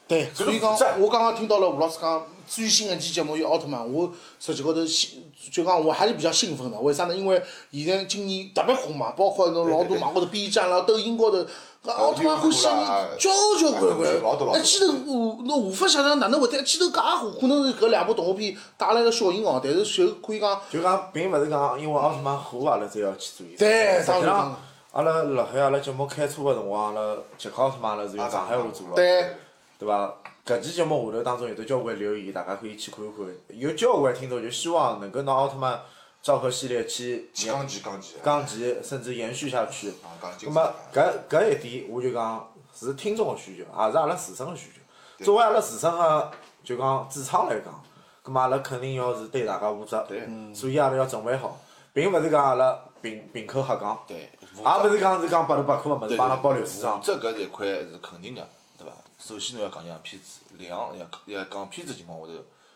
对，
搿
所以
个
讲
负债，
我刚刚听到了吴老师讲最新的一期节目有奥特曼，我实际高头兴就讲我还是比较兴奋的。为啥呢？因为现在今年特别火嘛，包括侬老多网高头 B 站啦、抖音高头，搿奥特曼欢喜人交交关
老多老
关，
多
一记头我侬无法想象哪能会得一记头介火。可能是搿两部动画片带来个小影响，但是就可以讲
就讲并勿是讲因为奥特曼火，阿拉才要去注意。
对
实
当
际
然
上，阿拉辣海阿拉节目开车个辰光，阿拉杰克奥特曼阿拉是用上海话做了，
对
对伐？搿期节目下头当中有得交关留言，大家可以去看一看。有交关听众就希望能够拿奥特曼昭和系列去
几讲几讲几。
讲起，甚至延续下去。
啊讲精
那
彩
么搿搿一点，我就讲是听众个需求，啊也是阿拉自身个需求。作为阿拉自身个就讲主创来讲，葛末阿拉肯定要是对大家负责
对，
所以阿拉要准备好，并勿是讲阿拉凭凭口瞎讲，
对
也勿是讲是讲百度百科个物事
对
帮阿拉包流水
市
账
场，。这搿是一块是肯定的，对伐？首先侬要讲讲片子，两要要讲片子情况下头，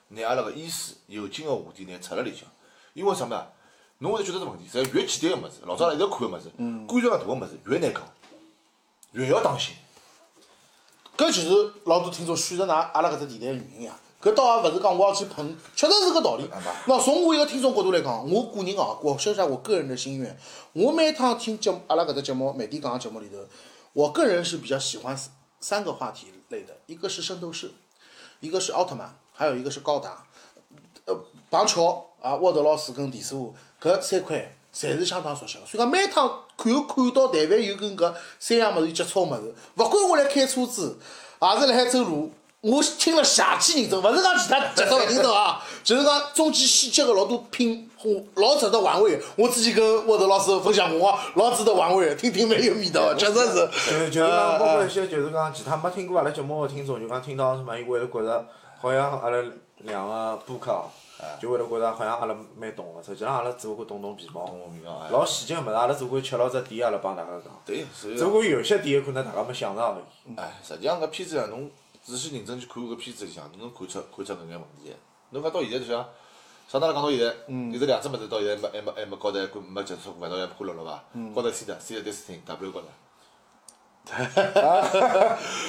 拿阿拉个意思、有劲个话题拿插辣里向，因为啥么啊？侬会得觉得是问题，实际越简单个物事，老早阿拉一直看个物事，官腔大个物事越难讲，越要当心。
搿就是老多听众选择㑚阿拉搿只电台的原因呀。搿倒也勿是讲我要去喷，确实是搿道理
啊嘛。
那从我一个听众角度来讲，我个人啊，我说一下我个人的心愿。我每趟听节目阿拉搿只节目，每天讲个节目里头，我个人是比较喜欢三个话题类的，一个是圣斗士，一个是奥特曼，还有一个是高达。呃，棒球啊，沃德老师跟田师傅搿三块，侪是相当熟悉个。所以讲每趟有看到，但凡有跟搿三样物事有接触个物事，勿管我辣开车子，也是辣海走路，我听了邪气认真，勿是讲其他节奏勿认真啊，就是讲中间细节个老多拼，我老值得玩味。我之前跟沃德老师分享过，我老值得玩味，听听蛮有味道，确实是。
就是就是讲，包括一些就是讲其他没听过阿拉节目个听众，就讲听到什么，伊会得觉着好像阿拉两个播客哦，就会得觉着好像阿拉蛮懂个，实际上阿拉只不过动动皮毛
懂懂皮毛哎，
老细节个物事，阿拉只不过吃牢只点，阿拉帮大家讲，
对，所以
只不过有些点可能大家没想到而已。
哎，实际上搿片子啊，侬仔细认真去看搿片子里向，侬能看出看出搿眼问题的。侬讲到现在就像，上趟拉讲到现在，
嗯
有这两只物事到现在还没还没还没高头还没接触过，勿到现在看了了伐？
嗯
高头 C 的 C 的 Destin W 高头。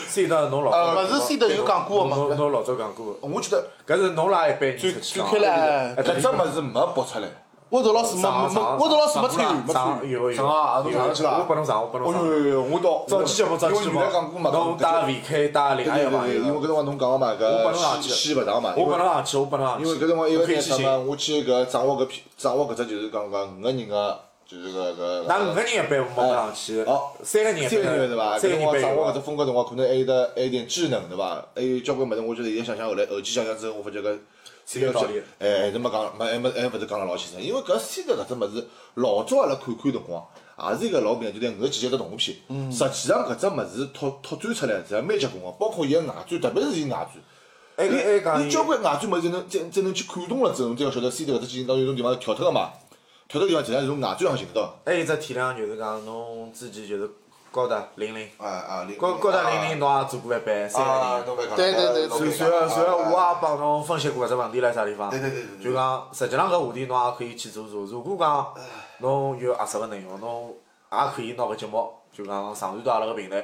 C 的侬老早
呃勿是 C 的有讲过个
侬
嘛？
侬老早讲过个，
我觉得
搿是侬拉一辈人
最
出去
最
讲
开
的。
来，
搿只物事没播出来。
沃德老师没没没，沃德老师没参与，没参
上
与。
有有
上啊
有
侬上去了啊
我拨侬上，我拨侬
哦
上。
哟哟哟！我到
早期节目，早期节
因
目
为原来讲过嘛，，
侬带 VK 带
对
另外一
对
个朋
对，
友
哎因
的
为搿。辰光侬讲个嘛，
我本来也
搿
去
西西勿上嘛，
我
因为
拨侬上去，我拨侬上去。
因为搿辰光一个
可以
年
去
讲
寻
嘛，我去搿掌握搿片，掌握搿只就是讲讲五个人个，就是搿搿。
那五个人一般没上去，哦三个人一
啊哦三个人对伐？
般，
搿
三个
辰
人一
光
般
掌握搿只
有。
风格辰光，可能还有得还有点稚嫩对伐？还有交关物事，我觉得现在想想后来后期想想之后，我发觉哎搿。
是有道理
哎，还是没讲，没还没还勿是讲了老清楚，因为搿三个搿只物事，老早阿拉看看辰光，也是一个老明，就是五十几集只动画片。
嗯
实际上搿只物事拓拓展出来，实际上蛮结棍个，包括伊个外传，特别是伊外传。
哎哎，讲
你交关外传物事才能才才能去看懂了之后，侬才要晓得 C 头搿只进行当中有种地方跳脱个嘛，跳脱地方实际上是从外传上寻得到。
还有一只体量就是讲侬之前就是高达零零，
啊啊，
高高达零零侬也做过一版三
啊，
个
侬
人。
勿讲。
对对对
侬
所
别
以，所
讲
以，所以，我
啊啊
也帮侬分析过搿只问题辣啥地方。
对对对对对
就讲，实际上搿话题侬也可以去做做。如果讲
啊
侬有合适个内容，侬也可以拿搿节目就讲上传到阿拉个平台。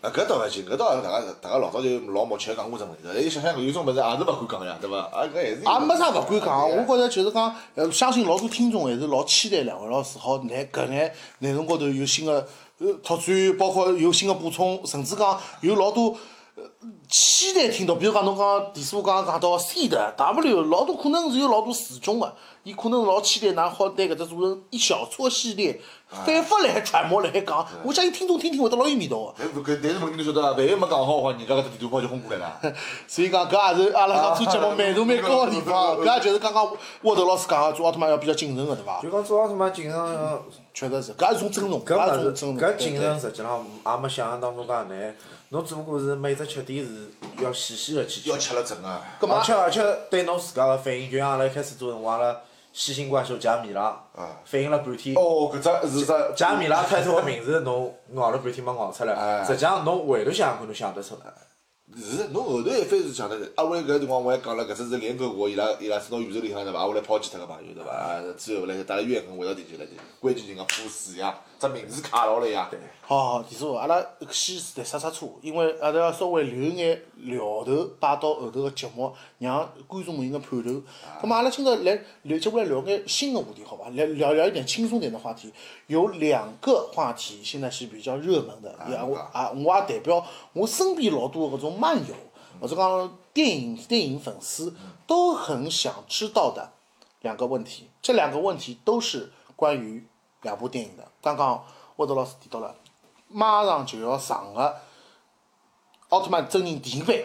啊，搿倒勿行，搿倒大家大家老早就老默契地讲过只问题了。哎，想想有种物事也是勿敢讲呀，对伐？啊，搿还是
也没啥勿敢讲，我觉着就是讲，呃，相信老多听众还是老期待两位老师好来搿眼内容高头有新个呃拓展，包括有新个补充，甚至讲有老多呃期待听到，比如讲侬讲第四讲讲到 C 的 W，老多可能是有老多词种个，伊可能老期待㑚好拿搿只做成一小撮系列，反复来揣摩来讲，我相信听众听听会得老有味道个。
但是搿但是问题侬晓得伐？万一没讲好的话，人家搿只地图炮就轰过来了。
所以讲，搿也是阿拉讲做节目难度蛮高个地方。搿也就是刚刚沃德老师讲个，做奥特曼要比较谨慎个，对伐
就？讲做奥特曼进程
确实是，搿也是种尊重，
呃搿
搿也
物
啊
是
事，
种尊重。
搿进
对
程实际上也没想象当中介难。侬只不过是每只缺点是要细细个去
要
吃，
吃了整啊！
搿
而且
么
而且对侬自家个反应，就像阿拉一开始做辰光阿拉西星怪兽假米拉
啊，
反应了半天。
哦，搿只是只
假米拉开头个名字，侬咬了半天没咬出来，
哎
实际上侬回头想想看，侬想得出来。
是，侬后头一番是想的，阿伟搿辰光我也讲了，搿只是连根活，伊拉伊拉是拿宇宙里向对伐？我来抛弃脱个朋友对伐？啊最后来带了怨恨回到地球来，关键就讲破事呀，只名字卡牢了呀。
好好，田师傅，阿拉先来刹刹车，因为阿拉要稍微留一眼料头摆到后头个节目，让观众们有眼盼头。咁么阿拉今朝来聊，接下来聊眼新的话题，好伐？聊聊聊一点轻松点的话题。有两个话题现在是比较热门的，也我啊，我也代表我身边老多搿种漫友，或者讲电影电影粉丝都很想知道的两个问题。这两个问题都是关于两部电影的。刚刚沃德老师提到了。马上就要上个《奥特曼》真人电影版。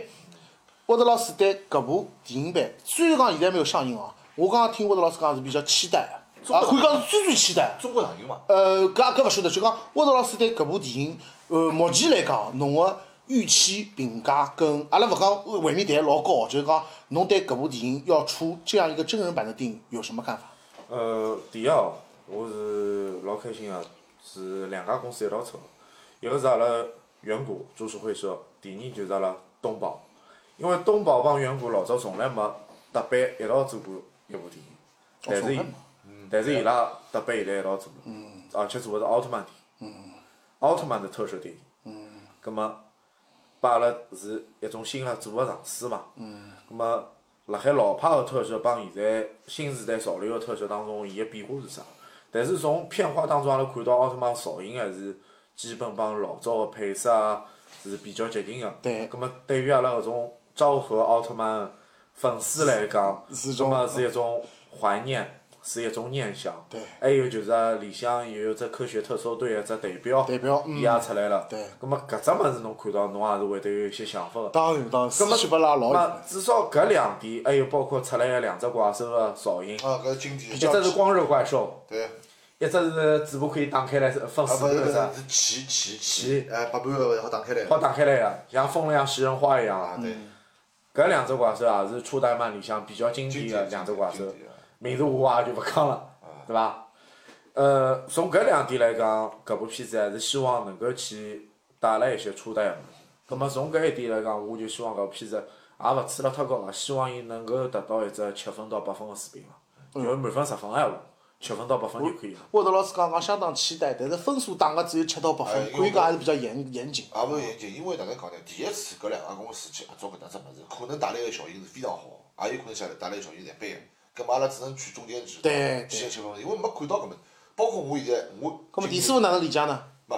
沃德老师对搿部电影版，虽然讲现在没有上映哦，我刚刚听沃德老师讲是比较期待的，啊，可以讲是最最期待。啊
中国上映嘛？
呃，搿也搿勿晓得，就讲沃德老师对搿部电影，呃，目前来讲，侬个预期评价跟阿拉勿讲呃未免谈老高，就是讲侬对搿部电影要出这样一个真人版的电影有什么看法？
呃，第一哦，我是老开心啊，是两家公司一道出的，一个是阿拉远古株式会社，第二就是阿拉东宝，因为东宝帮远古老早从来没搭配一道做过一部电影，但是
哦从来
伊
没，嗯
但是伊拉搭配现在一道做了，而且做的是奥特曼电影，奥特曼的特摄电影，葛么，把阿拉是一种新的做的尝试嘛，葛么，辣海老派个特色帮现在新时代潮流个特色当中，伊个变化是啥？但是从片花当中，阿拉看到奥特曼造型还是基本帮老早个配色啊是比较接近个。
对
葛么，对于阿拉搿种昭和奥特曼粉丝来讲，
是
葛
种
么是一种怀念，是一种念想。
对
还有就是啊里向有只科学特搜队个只代表，
代表嗯
伊也出来了。
对
葛么搿只物事侬看到，侬也是会得有一些想法个。
当然，当然，
葛
四
么
七八拉老远
那。至少搿两点，还有包括出来个两只怪兽个造型，
啊，搿经典
一只是光热怪兽，
对，
一只是嘴巴可以打开来分
啊
四
勿
半
是
个
搿只是旗旗
旗
哎，八瓣个好打开来
好打开来个，像风一样食人花一
啊，
样。
对，
嗯
搿两只怪兽也啊是初代漫里向比较经典个两只怪兽
经典经典，
名字我也就勿讲了，对伐？呃，从搿两点来讲，搿部片子还是希望能够去带来一些初代个物事。葛末从搿一点来讲，我就希望搿部片子也勿吹了太高了，希望伊能够达到一只七分到八分个水平了。就是满分十分个闲话，七分到八分就可以了。
沃德老师刚刚相当期待，但是分数打个只有七到八
哎
分，可以讲还是比较严严谨。
啊也勿严谨，因为哪能讲呢？第一次搿两家公司去合作搿能只物事，可能带来个效应是非常好，也有可能下来带来个效应是一般个。葛末阿拉只能取中间值，啊
对
去
对
去因为没看到搿物事。包括我现在我，
那么田师傅哪能理解呢？
勿，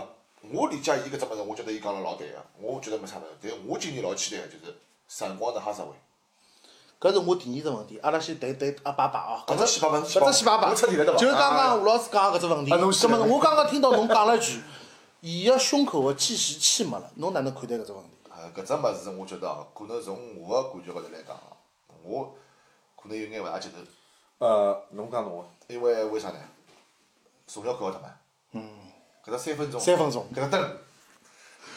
我理解伊搿只物事，我觉得伊讲了老对个，我觉得没啥物事。但是我今年老期待个就是《闪光的哈萨维》，
搿是我第二只问题，阿拉先谈谈阿爸爸啊，
搿只先爸爸，
搿只先爸爸，
我彻底来对伐？
就是刚刚
啊
吴老师讲的搿只问题。
啊侬
葛
先
么
来
我刚刚听到侬讲了一句，伊个胸口个计时器没了，侬哪能看待搿只问 题？
呃，搿只物事我觉得啊，可能从我个感觉高头来讲啊，我可能有眼勿大接受，
呃，侬讲侬个。
因为为啥呢？从小看奥特曼，嗯，搿只三分钟，
三分钟
搿只灯，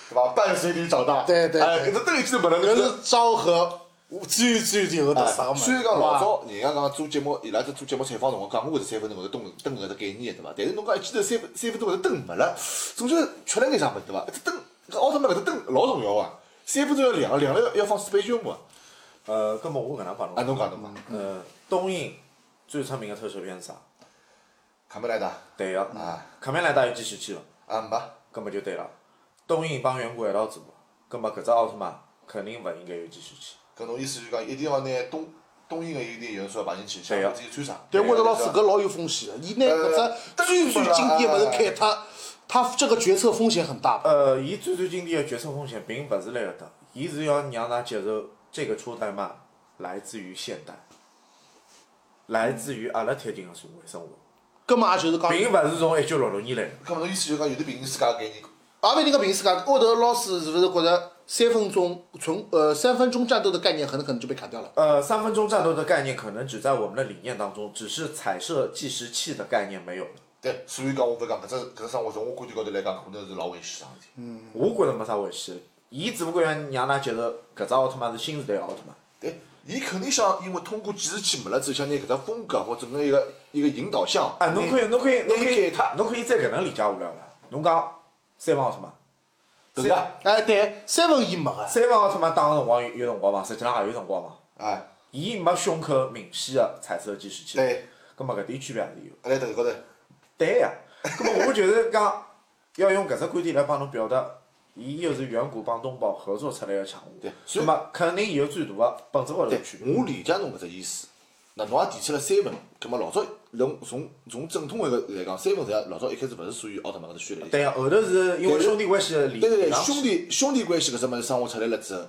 对伐？伴随你长大，
对对
哎
对
搿只灯已经没了，
搿
搿只
是昭和最最最后的啥个
哎
物事？
虽然讲老
是吧
早人家讲做节目，伊拉在做节目采访辰光讲过搿只三分钟搿只灯灯搿只概念对伐？但是侬讲一记头三分三分钟搿只灯没了，总觉得缺了眼啥物事对伐？搿只灯搿奥特曼搿只灯老重要啊！三分钟要亮，亮了要要放 s p a c 啊！
呃，葛末我搿能帮侬
啊，
讲。
侬讲侬讲，
呃，东映最出名的特摄片是啥？嗯
卡梅莱达
对个、
啊
卡梅莱达有计时器伐？
啊没，
搿么就对了。东映帮远古一道做，搿么搿只奥特曼肯定勿应该有计时器。
搿侬意思就讲一定要拿东东映个优点元素要摆进去，像
对啊
自己穿上。
对，
我
沃德老师搿老有风险的，伊拿搿只
呃
最最经典个物事
哎
开脱，他这个决策风险很大。
呃，伊最最经典的决策风险并勿是来搿搭，伊是要让㑚接受这个初代漫来自于现代，来自于阿拉贴近个社会生活，
葛末也就是讲，
并勿是从一九六六年来的。
搿么侬意思就讲有的凭自家概念，
阿伟，你个平时讲，沃德老师是不是觉得三分钟纯呃三分钟战斗的概念很可能就被砍掉了？
呃，三分钟战斗的概念可能只在我们的理念当中，只是彩色计时器的概念没有了。
对，所以讲我勿讲搿只搿只生活从我观点高头来讲，可能是老危险个事体。
我觉着没啥危险，伊只不过要让㑚接受搿只奥特曼是新时代的奥特曼。
对，伊肯定想，因为通过技术去没了之后，想拿搿只风格或整个一个一个引导向，
哎，侬可以，侬可以，侬可以
改它，
侬可以再搿能理解下来伐？侬讲三方奥特曼，
对伐？
哎，对，三分伊没个，啊
三方奥特曼打个辰光有有辰光伐？实际浪也有辰光伐？
哎，
伊没胸口明显个彩色计时器，
对，
葛末搿点区别还是有。
阿拉头高头，
对呀、葛末我就是讲要用搿只观点来帮侬表达，伊又是远古帮东宝合作出来个强
对
项，
所
葛
以
末肯定有最大个本质高头
对
区，别。
我理解侬搿只意思。那侬也提出了三分，葛末老早从从从正统一个来讲，三分实际上老早一开始勿是属于奥特曼搿只序列里。
对呀、后头是因为兄弟关系的理
对对对，
理上
兄弟兄弟关系搿只物事生活出来了之后，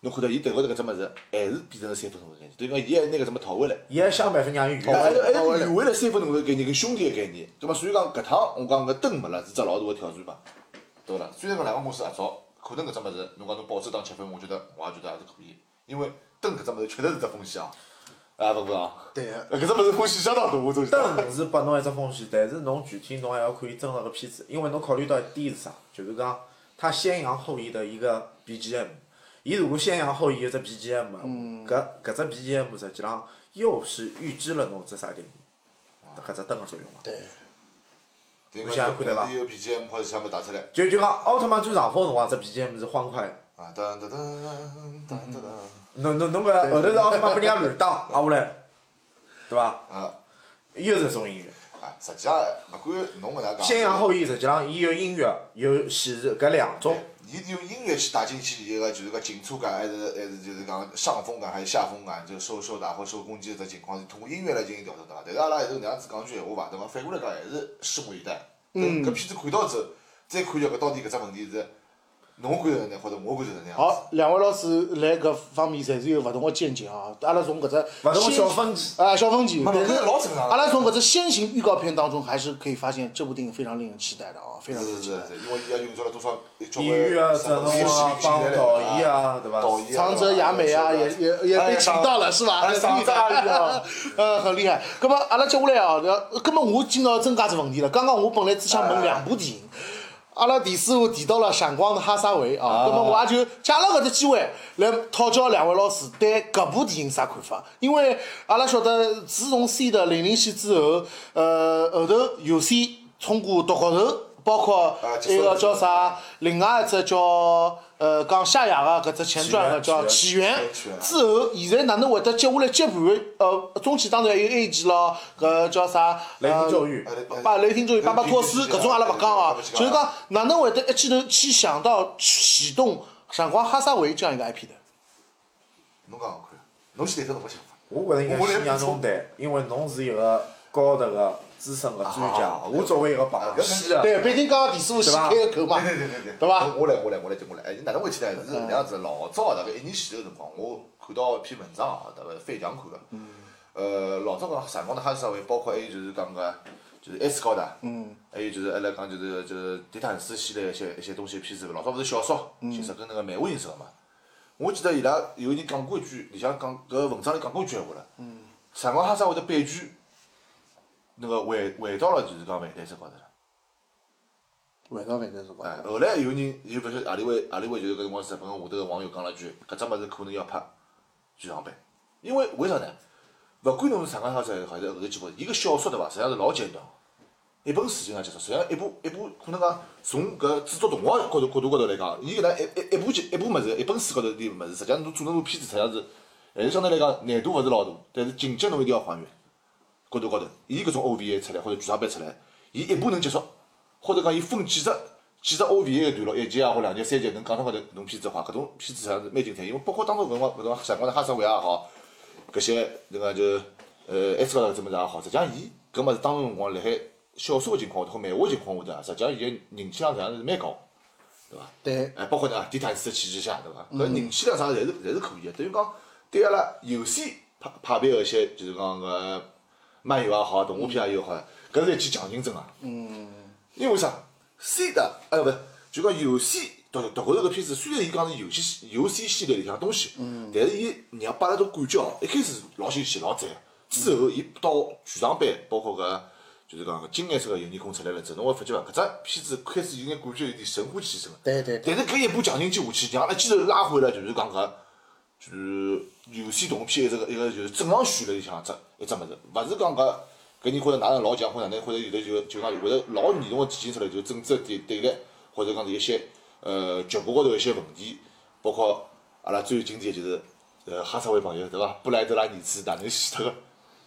侬看到伊头高头搿只物事还是变成了三分同的概念，等于讲伊还拿搿只物事讨回来。
伊还想办法让伊
哎
圆。
哎，还是回来三分同的概念跟兄弟的概念，葛末所以讲搿趟我讲搿灯没了是只老大的挑战嘛，对勿啦？虽然讲两个公司合作，可能搿只物事侬讲侬保证打七分，我觉得我也觉得还是可以，因为灯搿只物事确实是只风险啊，啊勿过啊，
对
搿只物事风险相当大，我总觉得。
灯是拨侬一只风险，但是侬具体侬还要看伊真实个片子，因为侬考虑到一点是啥，就是讲它先扬后抑的一个 BGM，伊如果先扬后抑一只 BGM，的话搿搿只 BGM 实际浪又是预支了侬只啥概念，搿只灯个作用嘛。
对，
对
侬想看对伐
有 BGM 或者啥物事打出来，
就就讲奥特曼最上风辰光，只 BGM 是欢快的。
啊噔噔噔噔噔噔，
侬侬侬搿后头是奥特曼被人家 乱打压下来了，对伐？
啊。
又是一种音乐。
啊，实际上勿管侬搿能
先
介
扬
讲，
后抑实际浪伊有音乐有显示搿两种。
伊用音乐去打进去一个就是讲紧促感，还是还是就是讲上风感还是下风感，就是受受打或受攻击的情况，通过音乐来进行调整对伐？但是阿拉还是能样子讲句闲话伐？对伐？反过来讲，还是拭目以待。嗯。搿片子看到之后，再看下搿到底搿只问题是侬觉着哪，或者我觉着哪样子。
好，两位老师来搿方面侪是有勿同个见解啊。阿拉从�搿只
勿同
先
小分歧
啊小分歧，
没没
但是
搿老正常
阿拉从搿只先行预告片当中，还是可以发现这部电影非常令人期待的啊，非常
是
令人
是
期待。
是，因为伊也用出了多少交
演员啊
什么
阵容啊帮导演啊对伐
导演啊
长泽雅美啊，
是吧
也也也被请到了，是吧？
哎
很
长
厉
泽雅
害
美啊
啊， 呃，很厉害。那么阿拉接下来啊，那那么我今朝增加只问题了。刚刚我本来只想
哎
问两部电影，阿拉第四部提到了《闪光的哈撒韦》啊，那么我也就借了搿只机会来讨教两位老师对搿部电影啥看法？因为阿拉晓得自从 C 的零零系之后，呃，后头有线通过独角兽，包括
啊
一个
接受
叫啥，另外一只叫呃讲夏亚个搿只前传
起
个
源
叫起源
起源起源
之后，现在哪能会得接下来接盘？呃，中间当然还有 A 级咯，搿叫啥？
雷霆教
呃
育
哎对对
巴雷霆之后，巴巴托斯搿种阿拉勿讲啊，就是讲哪能会得一记头去想到启动闪光哈萨维这样一个 IP 的？
侬讲讲看，侬先谈谈侬个想法。
我觉着应该先让侬谈，因为侬是一个高头个资深个专家，啊我作为一个旁系的，
对，毕竟刚刚第四部先开个头嘛，
对对对对嗯
对伐？
我来我来我来接我来，哎，哪能回去呢？是搿能样子，老早大概一年前头辰光，我看到一篇文章啊，大概翻墙看个。呃，老早讲闪光的哈士社会，包括还有就是讲个，就是 S 高的，嗯，还有就是阿拉讲就是就是迪坦斯系列一些一些东西的片子，老早勿是小说形式跟那个漫画形式个嘛。我记得伊拉有人讲过一句，里向讲搿文章里讲过一句闲话了。嗯。闪光哈士社会的版权，那个回回到了就是讲万代这高头了。
回到反正是
哎
讲，，
后来有人又勿晓得何里位何里位，就是搿辰光日本个下头个网友讲了一句，搿只物事可能要拍剧场版，因为为啥呢？勿管侬是上个小说还是后头几部，伊个小说对伐，实际上是老简短，一本书就能结束。实际上一部一部可能讲从搿制作动画角度角度高头来讲，伊搿能一一一部剧一部物事，一本书高头点物事，实际上侬做成部片子，实际上是还是相对来讲难度勿是老大，但是情节侬一定要还原。角度高头，伊搿种 OVA 出来或者剧场版出来，伊一部能结束，或者讲伊分几只几只 OVA 个段落，一集啊或两集、三集能讲到高头侬片子的话，搿种片子实际上是蛮精彩，因为包括当初搿辰光搿种闪光的哈萨维也好，搿些那个就呃 S 高头搿只物事也好，实际上伊搿物事当时辰光辣海小说个情况下头和漫画个情况下头啊，实际上伊个人气量实际上是蛮高。
对，
哎，包括呢，地毯式的气质下，对伐？搿人气量啥，侪是侪是可以的。等于讲，对阿拉有线派派别个一些，就是讲搿漫游也好，动画片也有好，搿是一记强心针啊。嗯。因为啥？C 的，哎勿是，就讲有线独独角兽搿片子，虽然伊讲是游戏游戏系列里向东西，但是伊让拨阿拉种感觉哦，一开始老新鲜老赞，之后伊到剧场版，包括搿就是讲搿金颜色个有年宫出来了之后，侬会发觉伐？搿只片子开始有眼感觉有点神乎其神了。
对对对
但是搿一步强行进下去，让阿拉一记头拉回来，就是讲搿就是有线动画片一个一个就是正常选了里向一只一只物事，勿是讲搿搿你觉着哪能老强，或者哪能或者有的就就讲会得老严重个体现出来，就是政治的对对立，或者讲是一些呃局部高头一些问题，包括阿拉最经典就是呃哈萨维朋友对伐？布莱德拉儿子哪能死脱个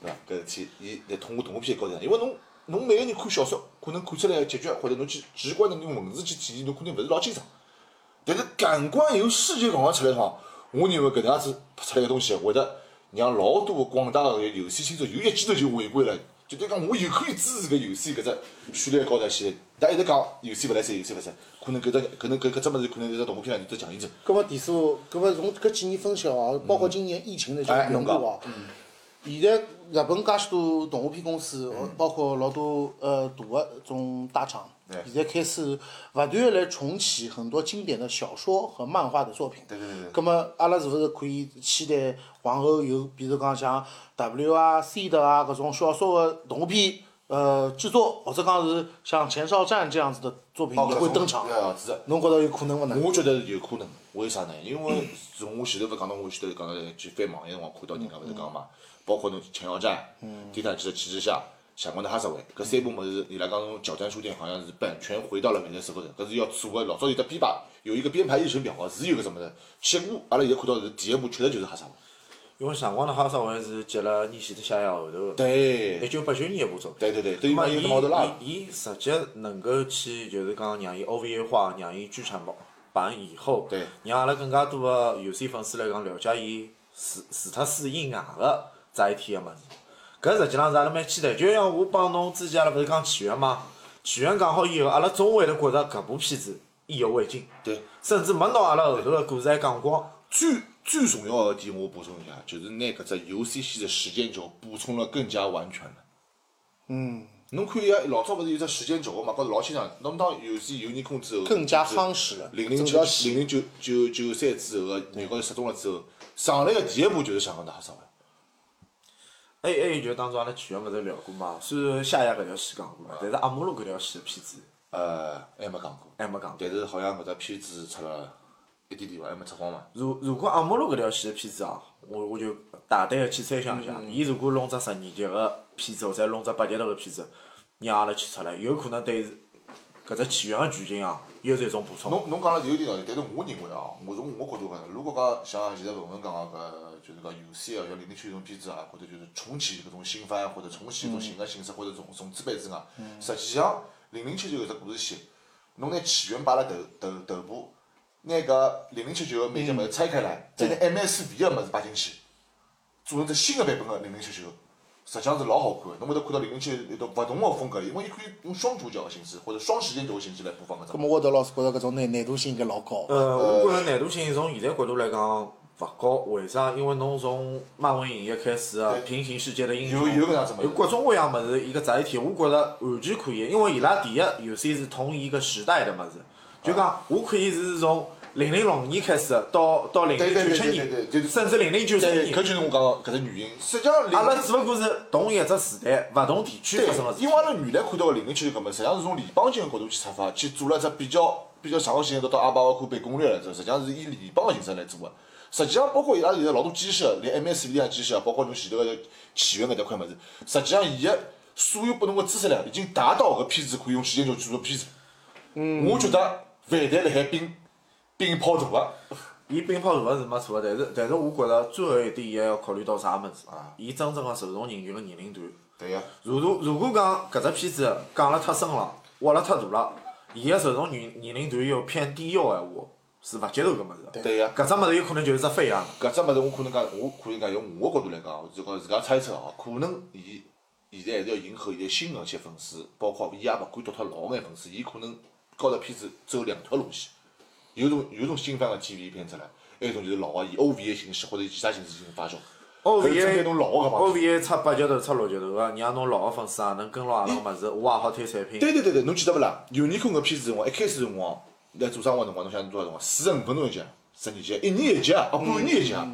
对伐？搿事体伊来通过动画片高头，因为侬侬每个人看小说，可能看出来个结局，或者侬去直观的用文字去体现，侬可能勿是老清爽。但是感官由视觉感官出来哈，我认为搿能样子拍出来个东西，会得让老多广大个游戏新手有一记头就回归了，就对讲我有可以支持搿游戏搿只序列高头去。大家一直讲游戏勿来三，游戏勿来三，可能搿只可能搿搿只物事可能是动画片里头强行走。
搿么第数，搿么从搿几年分析哦，包括今年疫情的这个
哎
缘故哦，现在日本介许多动画片公司，包括老多呃大个种大厂
对，
现在开始勿断地来重启很多经典的小说和漫画的作品。
对对对对
葛么阿拉是勿是可以期待往后有，比如讲像 W 啊、C 的啊搿种小说个动画片呃制作，或者讲是像前哨战这样子的作品也会登场？
啊，是的。
侬觉着有可能勿呢？
我觉得有可能，为啥呢？因为从我前头勿讲到，我前头讲到去翻网页辰光看到人家勿是讲嘛，包括侬《前腰战》《地毯机的旗帜下》《闪光的哈萨维》搿三部物事，伊拉讲侬角战书店好像是版权回到了美国手高头，搿是要做个老早有得编排，有一个编排日程表个，是有搿什么的。结果阿拉现在看到是第一部，确实就是哈萨维。
因为《闪光的哈萨维》是接了《逆袭的夏亚》后头的，一
对，
九八九年一部作品。
对对对，等于
那么
讲有
伊
个毛头拉了。
伊伊直接能够去就是讲让伊 OVA 化，让伊剧场版以后
对，
让阿拉更加多个有线粉丝来讲了解伊除除脱书以外个这一天个物事。搿实际上是阿拉蛮期待，就像我帮侬之前阿拉勿是讲起源嘛，起源讲好以后，阿拉总会得觉着搿部片子意犹未尽，
对。
甚至没拿阿拉后头个故事还讲光。
最最重要的点，我补充一下，就是拿搿只 UCC 的时间轴补充了更加完全了。嗯，侬看伊拉老早勿是有只时间轴嘛，高头老清爽。侬当 UC 有年空之后，
更加夯实了
零零
整
九
个
零零九九九三之后个，美国失踪了之后，上来个第一步就是香港大杀了。
还有还有哎就是当初阿拉起源勿是聊过嘛，虽然夏亚搿条线讲过了，但是阿姆罗搿条线的片子
呃，还没讲过，
还没讲过。
但是好像搿只片子出了一点点伐，还没出光嘛。
如如果阿姆罗搿条线的片子啊，我我就大胆个去猜想一下，伊如果弄只十二集个片子，或者弄只八集头个片子，让阿拉去出来，有可能对搿只起源个剧情啊，又是一种补充。
侬侬讲了有点道理，但是我认为啊，我从我角度讲，如果讲像现在文文讲个搿，就是讲有些啊，像零零七这种片子啊，或者就是重启搿种新番，或者重启搿种新的形式，或者重重制版之外，啊实际上零零七九搿只故事线，侬拿起源摆辣头头头部，拿搿零零七九个每集物事拆开来，再拿 MSV 个物事摆进去，做成只新个版本个零零七九。实际上是老好看的，侬会得看到零零七有得勿同个风格，因为伊可以用双主角个形式或者双时间轴个形式来播放搿只物事
葛。末沃德老师觉着搿种难难度性应该老高。
嗯
呃，我觉着难度性从现在角度来讲勿高，为啥？因为侬从漫威影业开始个
对
平行世界的英雄，
有有搿样子物事
有各种各样物事，伊搿只一天，我觉着完全可以，因为伊拉第一有些是同一个时代的物事，就讲我可以是从零零六年开始到到零零
对对
九七
对对对对
年，
对
甚至零零九三
对，搿
年，
就是我讲个搿只原因。实际上，
阿拉只不过是同一只时代，勿同地区
对
发生个事，
因为阿拉原来看到个零零七六搿么，实际上是从联邦军个角度去出发，去做了只比较比较长个时间到到阿巴沃库被攻略了之后，实际上是以联邦个形式来做个。实际上，包括伊拉现在老多机械，连 MSV 啊机械啊，包括侬前头个起源搿搭块物事，实际上伊个所有拨侬个知识量已经达到搿片子可以用时间轴去做个片子。嗯，我觉得范台辣海冰冰泡大个。
伊冰炮大个是没错个，但是但是我觉着最后一点，伊还要考虑到啥物事
啊？
伊真正个受众人群个年龄段。
对呀、
如如如果讲搿只片子讲了太深了，挖了太大了，伊个受众年年龄段又偏低幼个闲话，是勿接受搿物事的。
对呀、
搿只物事有可能就是只飞扬。
搿只物事我可能讲，我可以讲用我个角度来讲，就讲自家猜测哦，可能伊现在还是要迎合现在新的一些粉丝，包括伊也勿敢读脱老眼粉丝，伊可能搞只片子走两条路线，有种有种新番个 TV 片出来，还有一种就是老个以 OVA 形式或者以其他形式进行发酵。搿是针
OVA
对侬老个嘛？
OVA 出八级头出六级头个，让侬老个粉丝啊也能跟牢阿拉个物事，我也好推产品。
对对对对，侬记得勿啦？有年空搿片子辰光，一开始辰光哦来做生活辰光，侬想多少辰光？四十五分钟一集，十二集，一年一集啊，啊半年一集啊。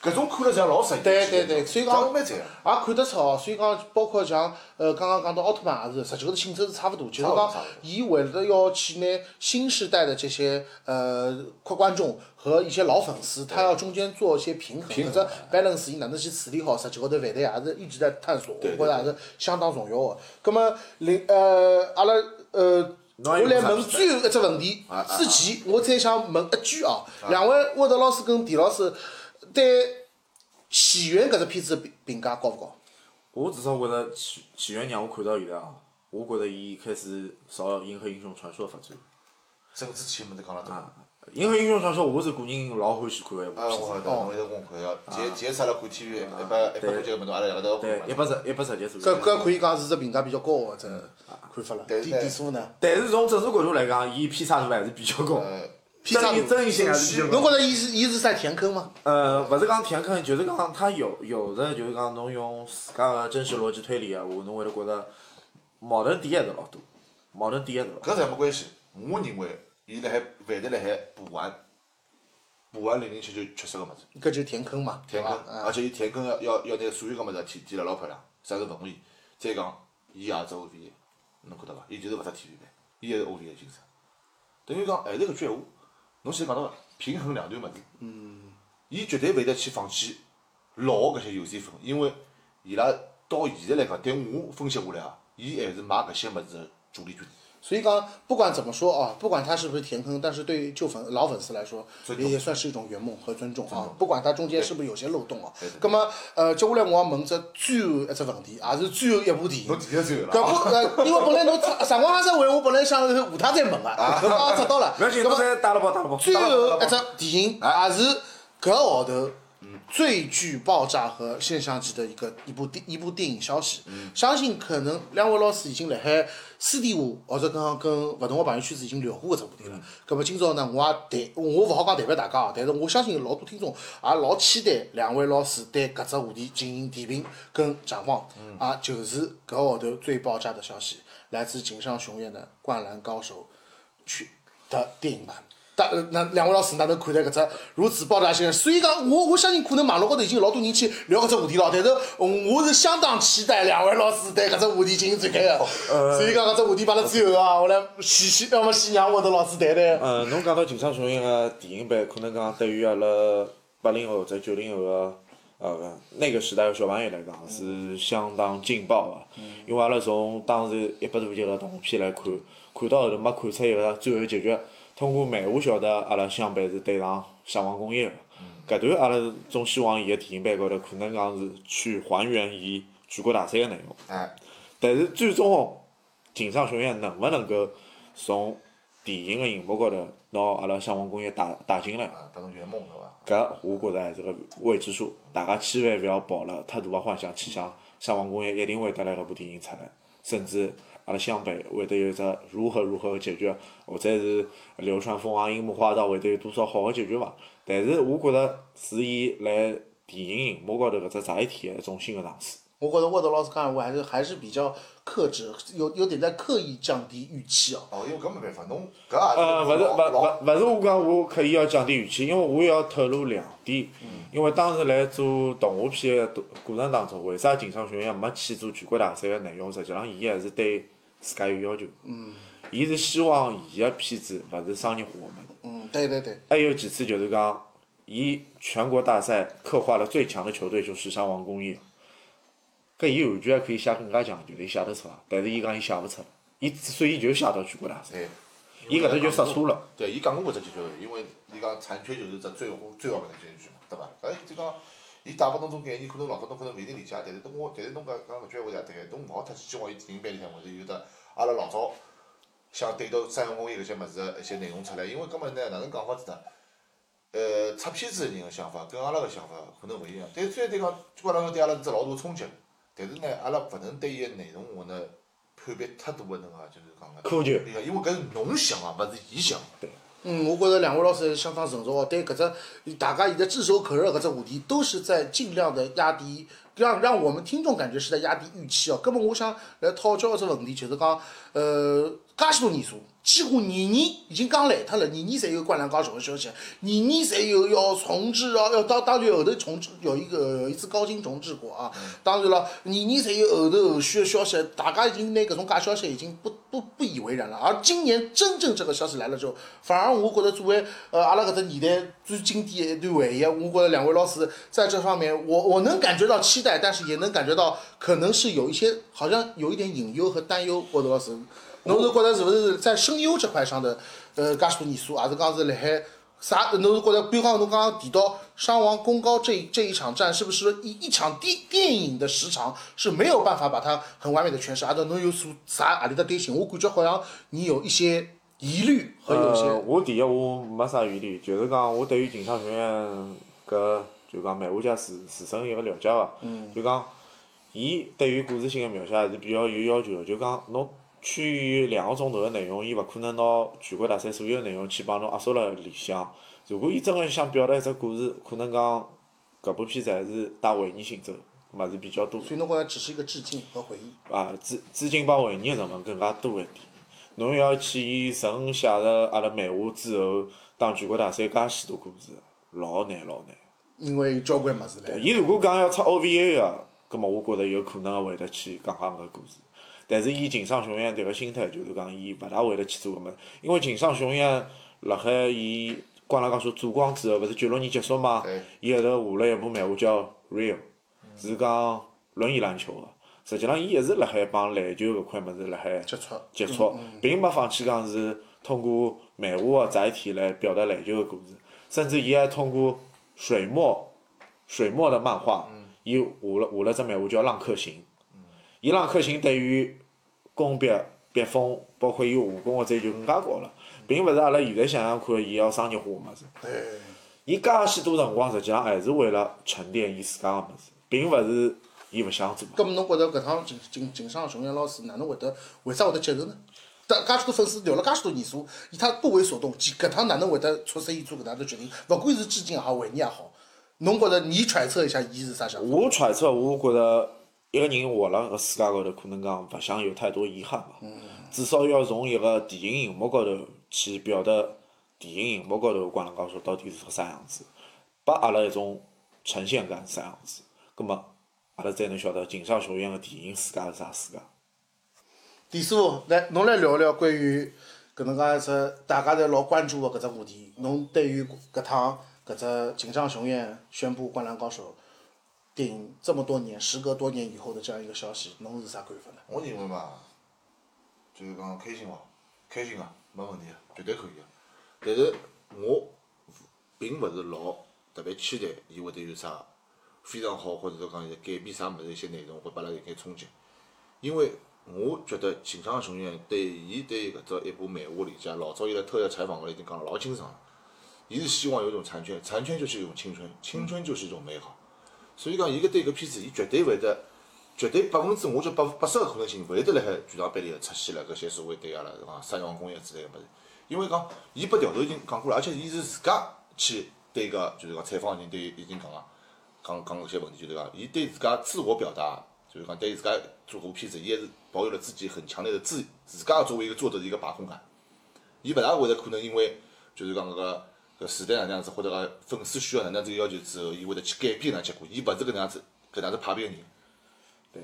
搿种看了像老适意。
嗯对对对，所以讲
长得蛮赞。
也看得出哦。所以讲，包括像呃刚刚讲到奥特曼也是，实际高头性质是差勿多，就是
差不多
讲
差不多
伊为了要去拿新时代的这些呃观观众和一些老粉丝，他要中间做一些平衡，
平
或
衡
者 balance 伊哪能去处理好，实际高头范队也是一直在探索，
对对
我觉着也是相当重要的。葛么，另呃阿拉呃。
侬
我
还有
来
啥
问
比赛
最后一只问题
啊啊，
之前我再想问一句哦，两位沃德老师跟田老师对起源搿只片子的评评价高勿高？
我至少觉着起起源让我看到现在啊，我觉着伊开始朝《银河英雄传说》发展。
政治体没得讲了对伐？
啊，《银河英雄传说》我是个人老欢喜看的一部
啊，
片
我
子。
晓得，侬一直跟我看要，前前次阿拉看 TV，一百一百多集个物事，阿拉两个头
啊对，一
看
百
嘛。
十一百十集左
搿
右。
搿可以讲是只评价比较高的只
啊
看法了。
但
点
是呢
点数呢？
但是从政治角度来讲，伊偏差度还是比较高，
呃，
偏差
争议
度
争议性还是比较
侬
高。
觉着伊是伊是在填坑吗？
呃，勿是讲填坑，就是讲它有有的就是讲侬用自家个真实逻辑推理个话，侬会得觉着矛盾点还是老多，矛盾点还是老多。
搿才没关系。我认为，伊辣海范德辣海补完，补完零零七就缺失个物事，
搿就是填坑嘛，
填
对
坑
伐，
而且伊填坑要要要拿所有个物事体填了老漂亮，啥是文艺。再讲，伊也只 OVA，侬看到伐？伊就是勿搭 TV 版，伊还是 OVA 精神。等于讲还哎是搿句闲话，侬先讲到平衡两段物事。嗯。伊绝对勿会得去放弃老的搿些优先分，因为伊拉到现在来讲，对我分析下来啊，伊还是买搿些物事的主力军。
所以讲，不管怎么说啊，不管它是不是填坑，但是对于旧粉老粉丝来说，
尊重
也也算是一种圆梦和尊重啊。不管它中间是不是有些漏洞啊
对对。
那么，呃，接下来我要问只最呃后一只问题，也啊 是最后一部电影
侬。第一最后
搿
了啊。
不呃，因为本来 侬啥辰光还在回，我本来想是下趟再啊问个，
啊
搿刚刚出 到了。
不要紧，
搿
侬
么
再打了包打了包。
最
打了包
后一只电影
啊
也是搿号头最具爆炸和现象级的一个一部电一部电影消息。
嗯
相信可能两位老师已经辣海私底下或者讲跟勿同个朋友圈子已经聊过搿只话题
嗯
了。葛末今朝呢，我也代我勿好讲代表大家哦，但是我相信有老多听众也老期待两位老师对搿只话题进行点评跟展望。
嗯
啊，就是搿号头最爆炸的消息，来自井上雄彦的《灌篮高手》。去的电影版。但呃那两位老师哪能看待搿只如此爆炸性的？所以讲，我我相信可能网络高头已经有老多人去聊搿只话题了，但是呃我是相当期待两位老师对搿只话题进行展开的。所以讲搿只话题摆辣最后啊，我来先先要么先让我的老师谈谈。
呃，侬讲到《情商雄鹰》个电影版，可能讲对于阿拉八零后或者九零后个呃那个时代个小朋友来讲是相当劲爆个、因为阿拉从当时一百多集个动画片来看，看到后头没看出一个最后结局，通过漫画晓得阿拉湘北是对上夏王工业个。搿段阿拉总希望伊个电影版高头可能讲是去还原伊全国大赛个内容。
哎，
但是最终，井上雄彦能勿能够从电影个荧幕高头拿阿拉香港工业带带进来，
啊，当成圆梦对伐？
搿我觉着还是个未知数。大家千万勿要抱了太大个幻想去想，香港工业一定会带来搿部电影出来，甚至阿拉湘北会得有一只如何如何个结局，或者是流川枫啊、樱木花道会得有多少好个结局伐？但是我觉着是伊来电影荧幕高头搿只载体个一种新个尝试。
我觉得沃德老师讲闲话还是还是比较克制，有有点在刻意降低预期哦。
哦，因为搿没办法，侬搿也
呃，勿是，勿
老老
勿勿是我讲，我刻意要降低预期，因为我也要透露两点。
嗯
因为当时来做动画片个过程当中，为啥井上雄彦没去做全国大赛个内容？实际上，伊还是对自家有要求。
嗯
伊是希望伊个片子勿是商业化个物事。
嗯，对对对，
还有其次就是讲，伊全国大赛刻画了最强的球队就是山王工业，搿伊完全还可以写更加强的球队，写得出啊。但是伊讲伊写勿出，伊所以伊就写到全国大赛，
对，
伊搿搭就杀错了。
对，伊讲过搿只解决问题，因为伊讲残缺就是只最后最后搿只解决嘛，对伐？搿就讲，伊带拨侬种概念，可能老早侬可能勿一定理解，但是侬我，但是侬搿讲搿句闲话也对个，侬勿好太去希望伊电影版里向或者有得阿拉老早想对到三洋工业搿些物事一些内容出来，因为搿么呢哪能讲法子呢？呃，出片子的人个想法跟阿拉个想法可能勿一样，但是虽然对讲，关老对阿拉是只老大个冲击，但是呢，阿拉勿能对伊个内容我呢判别太大个那个，就是讲个。
苛求
对个，因为搿是侬想啊，勿是伊想。
嗯，我觉得两位老师相当成熟哦，对搿只大家现在炙手可热搿只话题，都是在尽量的压低，让让我们听众感觉是在压低预期哦。葛么我想来讨教一只问题，就是讲，呃，介许多年数，几乎年年已经讲烂脱了，年年侪有灌篮高手的消息，年年侪有要重置哦，要到当然后头重置有一个有一次高清重置过啊，当然了，年年侪有后头后续的消息，大家已经拿搿种假消息已经不不不以为然了，而今年真正这个消息来了之后，反而我觉得作为呃阿拉搿只年代最经典的一段回忆，啊我觉得两位老师在这方面，我我能感觉到期待，但是也能感觉到可能是有一些好像有一点隐忧和担忧，我觉得老师，侬是觉得是不是在声优这块上的呃介许多年数，还是讲是辣海？啥？侬是觉得，比方侬刚刚提到伤亡公高这一这一场战，是不是一一场电电影的时长是没有办法把它很完美的诠释？阿德侬有所啥阿里的担心？我感觉好像你有一些疑虑和有些、
呃，我第一我没啥疑虑，就是讲我对于警察学院搿就讲漫画家自自身一个了解伐，
嗯
就讲伊对于故事性个描写还是比较有要求个，就讲侬趋于两个钟头个内容，伊勿可能拿全国大赛所有内容去帮侬压缩辣里向。如果伊真个想表达一只故事，可能讲搿部片子还是带回忆性质物事比较多。
所以侬觉得只是一个致敬和回忆。
啊，资资金帮回忆的成分更加多一点。侬要去伊纯写着阿拉漫画之后打全国大赛介许多故事，老难老难。
因为有交关物事来。
伊如果讲要出 OVA 个，葛末啊我觉着有可能会得去讲讲搿故事。但是伊井上雄彦迭个心态就是讲，伊勿大会得去做搿物事，因为井上雄彦辣海伊灌篮高手做光之后，勿是九六年结束嘛
对，
伊后头画了一部漫画叫《Real》，是讲轮椅篮球个。实际上，伊一直辣海帮篮球搿块物事辣海
接触
接触，并没放弃讲是通过漫画个载体来表达篮球个故事，甚至伊还通过水墨水墨的漫画，伊画了画了只漫画叫《浪客行》。伊《浪客行》对于工笔、啊笔锋，包括伊武功的啊追求更加高了，并勿是阿拉现在想想看，伊要商业化个物事。
对。
伊介许多辰光，实际上还是为了沉淀伊自家个物事，并勿是伊勿想做。
咁么侬觉着搿趟井井井上雄彦老师哪能会得为啥会得接受呢？但介许多粉丝聊了介许多年数，伊他不为所动，其搿趟哪能会得促使伊做搿能介的决定？勿管是致敬也好，回忆也好，侬觉着你揣测一下，伊是啥想法？
我揣测，我觉着一个人活辣搿世界高头，可能讲勿想有太多遗憾吧。至少要从一个电影荧幕高头去表达电影荧幕高头《灌篮高手》到底是个啥样子，拨阿拉一种呈现感是啥样子。葛末阿拉才能晓得井上雄彦个电影世界是啥世界。
李师傅，来侬来聊聊关于搿能介一只大家侪老关注个搿只话题，侬对于搿趟搿只井上雄彦宣布《灌篮高手》电影这么多年，时隔多年以后的这样一个消息，侬是啥看法呢？
我认为嘛，就是讲开心伐，开心啊，没问题啊，绝对可以啊。但是我并勿是老特别期待伊会得有啥非常好，或者说讲有改变啥物事一些内容，会拨阿拉有眼冲击。因为我觉得秦腔雄彦对伊对搿只一部漫画理解，老早伊辣特约采访高头已经讲了老清爽了。伊是希望有一种残缺，残缺就是一种青春，青春就是一种美好。所以讲，伊搿对搿片子，伊绝对会得，绝对百分之我就八八十个可能性，勿会得辣海剧场版里头出现了搿些所谓对阿拉讲杀伤工业之类个物事。因为讲，伊拨调头已经讲过了，而且伊是自家去对搿就是讲采访人对已经讲啊，讲讲搿些问题，就是讲，伊对自家自我表达，就是讲对自家做搿部片子，伊还是保有了自己很强烈的自自家作为一个作者的一个把控感。伊勿大会得可能因为就是讲搿个搿时代哪能样子，或者讲粉丝需要哪能样子一个要求之后，伊会得去改变搿能结果。伊勿是搿能样子搿能样子派别个人，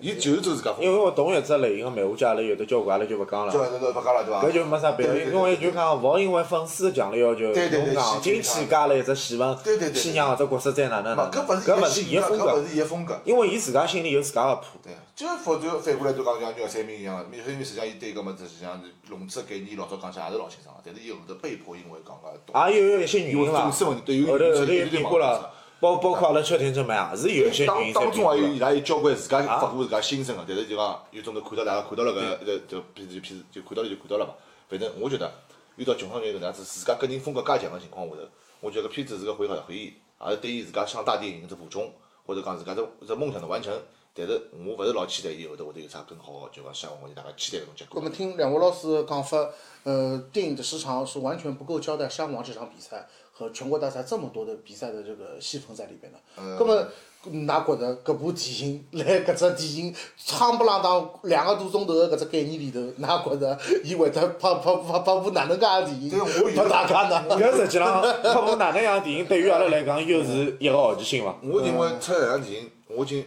伊就是走自家风
因为
格。
我同一只类型个漫画家，阿拉有的交关，阿拉就勿讲了。
对对，勿讲了对伐？
搿就没啥办法，因为就讲勿好因为粉丝强烈要求，
对对对
侬硬劲去加了一只戏份
对对，对
去让搿只角色再哪能哪能，
搿勿是
搿勿是伊
伊
个风
风格，搿
格
勿，是伊个风格。
因为伊自家心里有自家个谱。
对，就是否则反过来就讲像苗三明一样个，苗三明实际上伊对搿物事实际上是融资概念老早讲起来也是老清爽个，但是伊后头被迫因为讲个
也
动，
啊有一些原因啦，
因为粉丝问题对有
后头
有
后头
有
又变
有
过
有有
了，包包括阿拉秋天正版也是有一些原
当
因在
当
变
中
过
也有
了。
伊拉有交关自家
啊
发过自家心声个，但是就讲有种头看到大家看到了搿搿搿片子就片子就看到了就看到了嘛。反正我觉得，遇到穷上月搿能样子，自家个人风格介强个情况下头，我觉得搿片子是个回合回忆，也是对伊自家上大电影只补充，或者讲自家只只梦想的完成。但是我勿是老期待伊后头会得有啥更好个，就讲像我哋大家期待搿种结
我
果
们。听两位老师的讲法，呃，电影的时长是完全不够交代山王这场比赛和全国大赛这么多的比赛的这个戏份在里边呢。
呃
那么，㑚觉着搿部电影来搿只电影夯不啷当两个多钟头的搿只概念里头，㑚觉着伊会得拍拍拍拍部哪能介的电影
对我以为
拨大家呢？
搿实际浪 拍部哪能样电影，对于阿拉来讲又是一个好奇心伐？
我认为出这样电影，我已经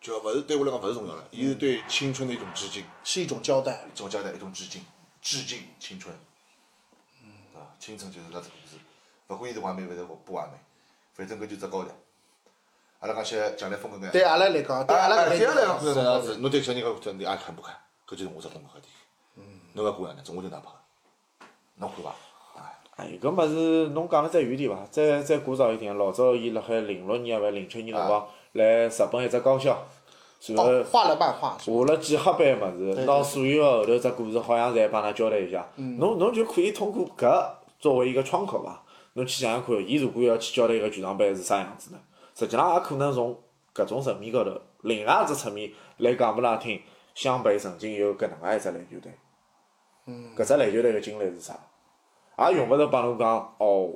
就勿是对我来讲勿是重要了，伊是对青春的一种致敬，
是一种交代。
一种交代，一种致敬，致敬青春。啊，青春就是搿只故事，勿管伊是完美还是不完美，反正搿就只高调。阿拉讲些讲来风格眼。
对阿拉来讲，对阿拉
哎，
搿
第二
代
个
是
是侬对小人家讲，你爱看不看？搿就是我只风格和电影。侬要过样呢，总我就哪拍，侬看伐？哎，
哎，搿物事侬讲了再远点伐？再再古早一点，老早伊辣海零六年还是零七年辰
啊
光来日本一只高校，然后
哦，画了漫画，是吧
画了几黑板的物事，
对嗯
拿所有的后头只故事好像侪帮㑚交代一下。侬侬就可以通过搿作为一个窗口伐？侬去想想看，伊如果要去交代一个剧场版是啥样子呢？实际浪也可能从搿种层面高头，另外一只层面来讲拨㑚听，湘北曾经有搿能介一只篮球队。
嗯
搿只篮球队个经历是啥？也用勿着帮侬讲哦，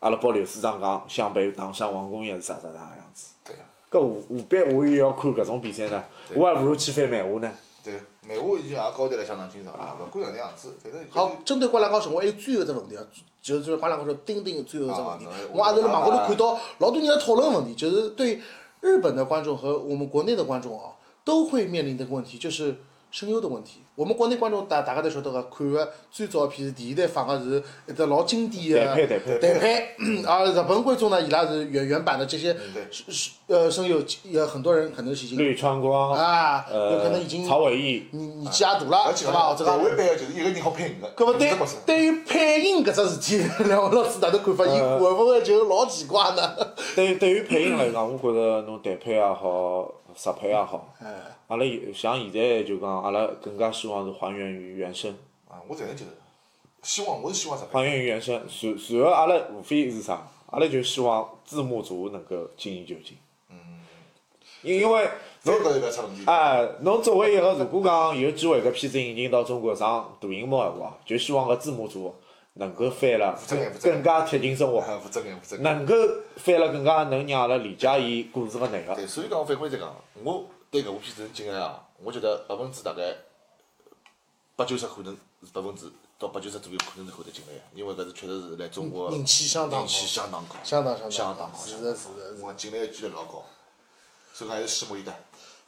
阿拉帮刘师长讲，湘北打向王工业是啥啥啥个样子。
对个，
搿何何必我又要看搿种比赛呢？我还不如去翻漫画呢。
对个，漫画已经也交代了相当清爽了，勿管哪能样子，反正
好，针对《灌篮高手》，我还有最后一只问题啊，就是就是《灌篮高手》钉钉最后一只问题
啊。
我也是辣网高头看到老多人在讨论问题，就是对日本的观众和我们国内的观众啊，都会面临的问题，就是声优的问题。我们国内观众大大家都晓得个，看个最早的片是第一代放个是一只老啊经典
台
的
配台配
台配， 而啊日本观众呢，伊拉是原原版的这些
对
是是呃声优，也很多人可能是已经
绿川光，
啊，有
呃，
可能已经嗯
曹伟毅，
你你家大了，是吧？这个
台湾版个就是一个人好配五个，
搿么
对
对对于配音搿只事体，两位老师哪能看法？伊会勿会就老奇怪呢？
对对于配音来讲，我觉着侬台配也好，实配也好，
嗯
阿拉有像现在就讲，阿拉更加希望是还原于原声，
啊，我才能接受。希望我是希望啥？
还原于原声。随随后阿拉无非是啥？阿拉就希望字幕组能够精益求精。嗯。因为
侬搿是搿出问题。
哎，侬作为一个如果讲有机会搿片子引进到中国上大荧幕闲话，就希望搿字幕组能够翻了
负责任负责任
更加贴近生活，
啊，负责任，负责任。
能够翻了更加能让阿拉理解伊故事个内核。
对，所以讲我反过来再讲，我对搿部片子的敬爱啊，我觉得百分之大概八九十可能是百分之到八九十左右可能是会得敬爱的，因为搿是确实是来中国
人气相当高
人气相当高，
相当相当
相
高
高，
是
相当高
的是的是的
我敬爱的几率老高，所以讲还是拭目以待。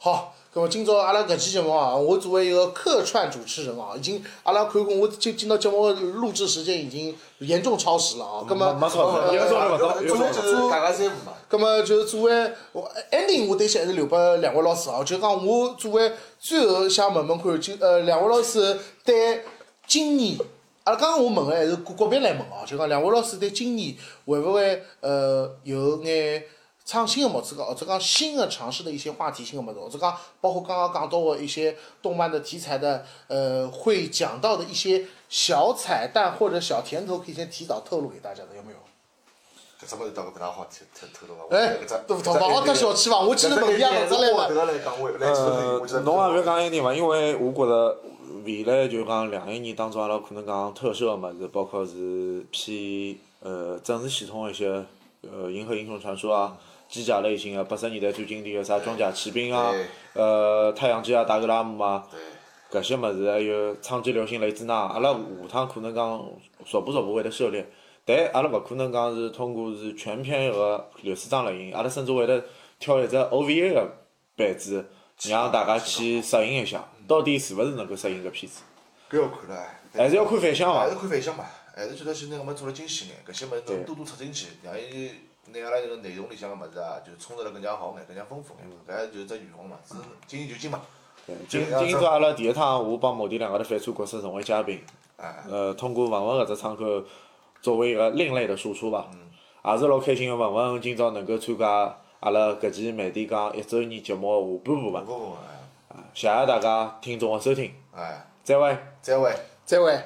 好，搿么今朝阿拉搿期节目啊，我作为一个客串主持人啊，已经阿拉看过我今今朝节目录制时间已经严重超时了啊。搿么
没没超时
呃
一个钟头
啊
勿到
搿
一个钟头
搿就是大家侪唔嘛。
咁么就是作为我 ending，我对先还是留拨两位老师啊，就讲我作为最后想问问看，就呃两位老师对今年，阿拉刚刚我问个还是个个别来问啊，就讲两位老师对今年会勿会呃有眼创新的么子个，或者讲新的尝试的一些话题性的么子，或者讲包括刚刚讲到的一些动漫的题材的呃会讲到的一些小彩蛋或者小甜头，可以先提早透露给大家的，有没有？
搿只物事倒搿勿大好透透透露伐？
哎
搿只
都勿好太小气伐我今日问一下搿只来嘛
搿只来讲，我来几
呃
我觉得，
侬也勿要讲一点伐，因为我觉着未来就讲呃两一年当中，阿拉可能讲特摄个物事，包括是偏呃政治系统的一些呃《银河英雄传说》啊，机甲类型啊，八十年代最经典个啥装甲骑兵啊
对，
呃太阳机啊，达格拉姆啊，
对。
搿些物事还有昌吉流星雷之呐，阿拉下趟可能讲逐步逐步会得涉猎，但阿拉勿可能讲是通过是全篇一个流水账来引，阿拉甚至会得挑一只 OVA 个版子，让大家去适应一下，到底是勿是能够适应搿片子，
搿要看了，
还是要看反响
啊还
伐
是？看反响嘛，还是觉得现在搿么做了精细眼，搿些物事
对
侬多多插进去，让伊拿阿拉这个内容里向个物事啊，就充实了更加好眼，更加丰富眼，搿就是只愿望嘛，只是精益求精嘛。
对今今朝阿拉第一趟，我帮某地两个头反串角色成为嘉宾，
哎，
呃，通过文文搿只窗口作为一个另类的输出吧，也是老开心的。文文今朝能够参加阿拉搿期慢点讲一周年节目的下半部分
勿，不不，
谢谢大家听众的收听，
哎，
再会。
再会。
再会。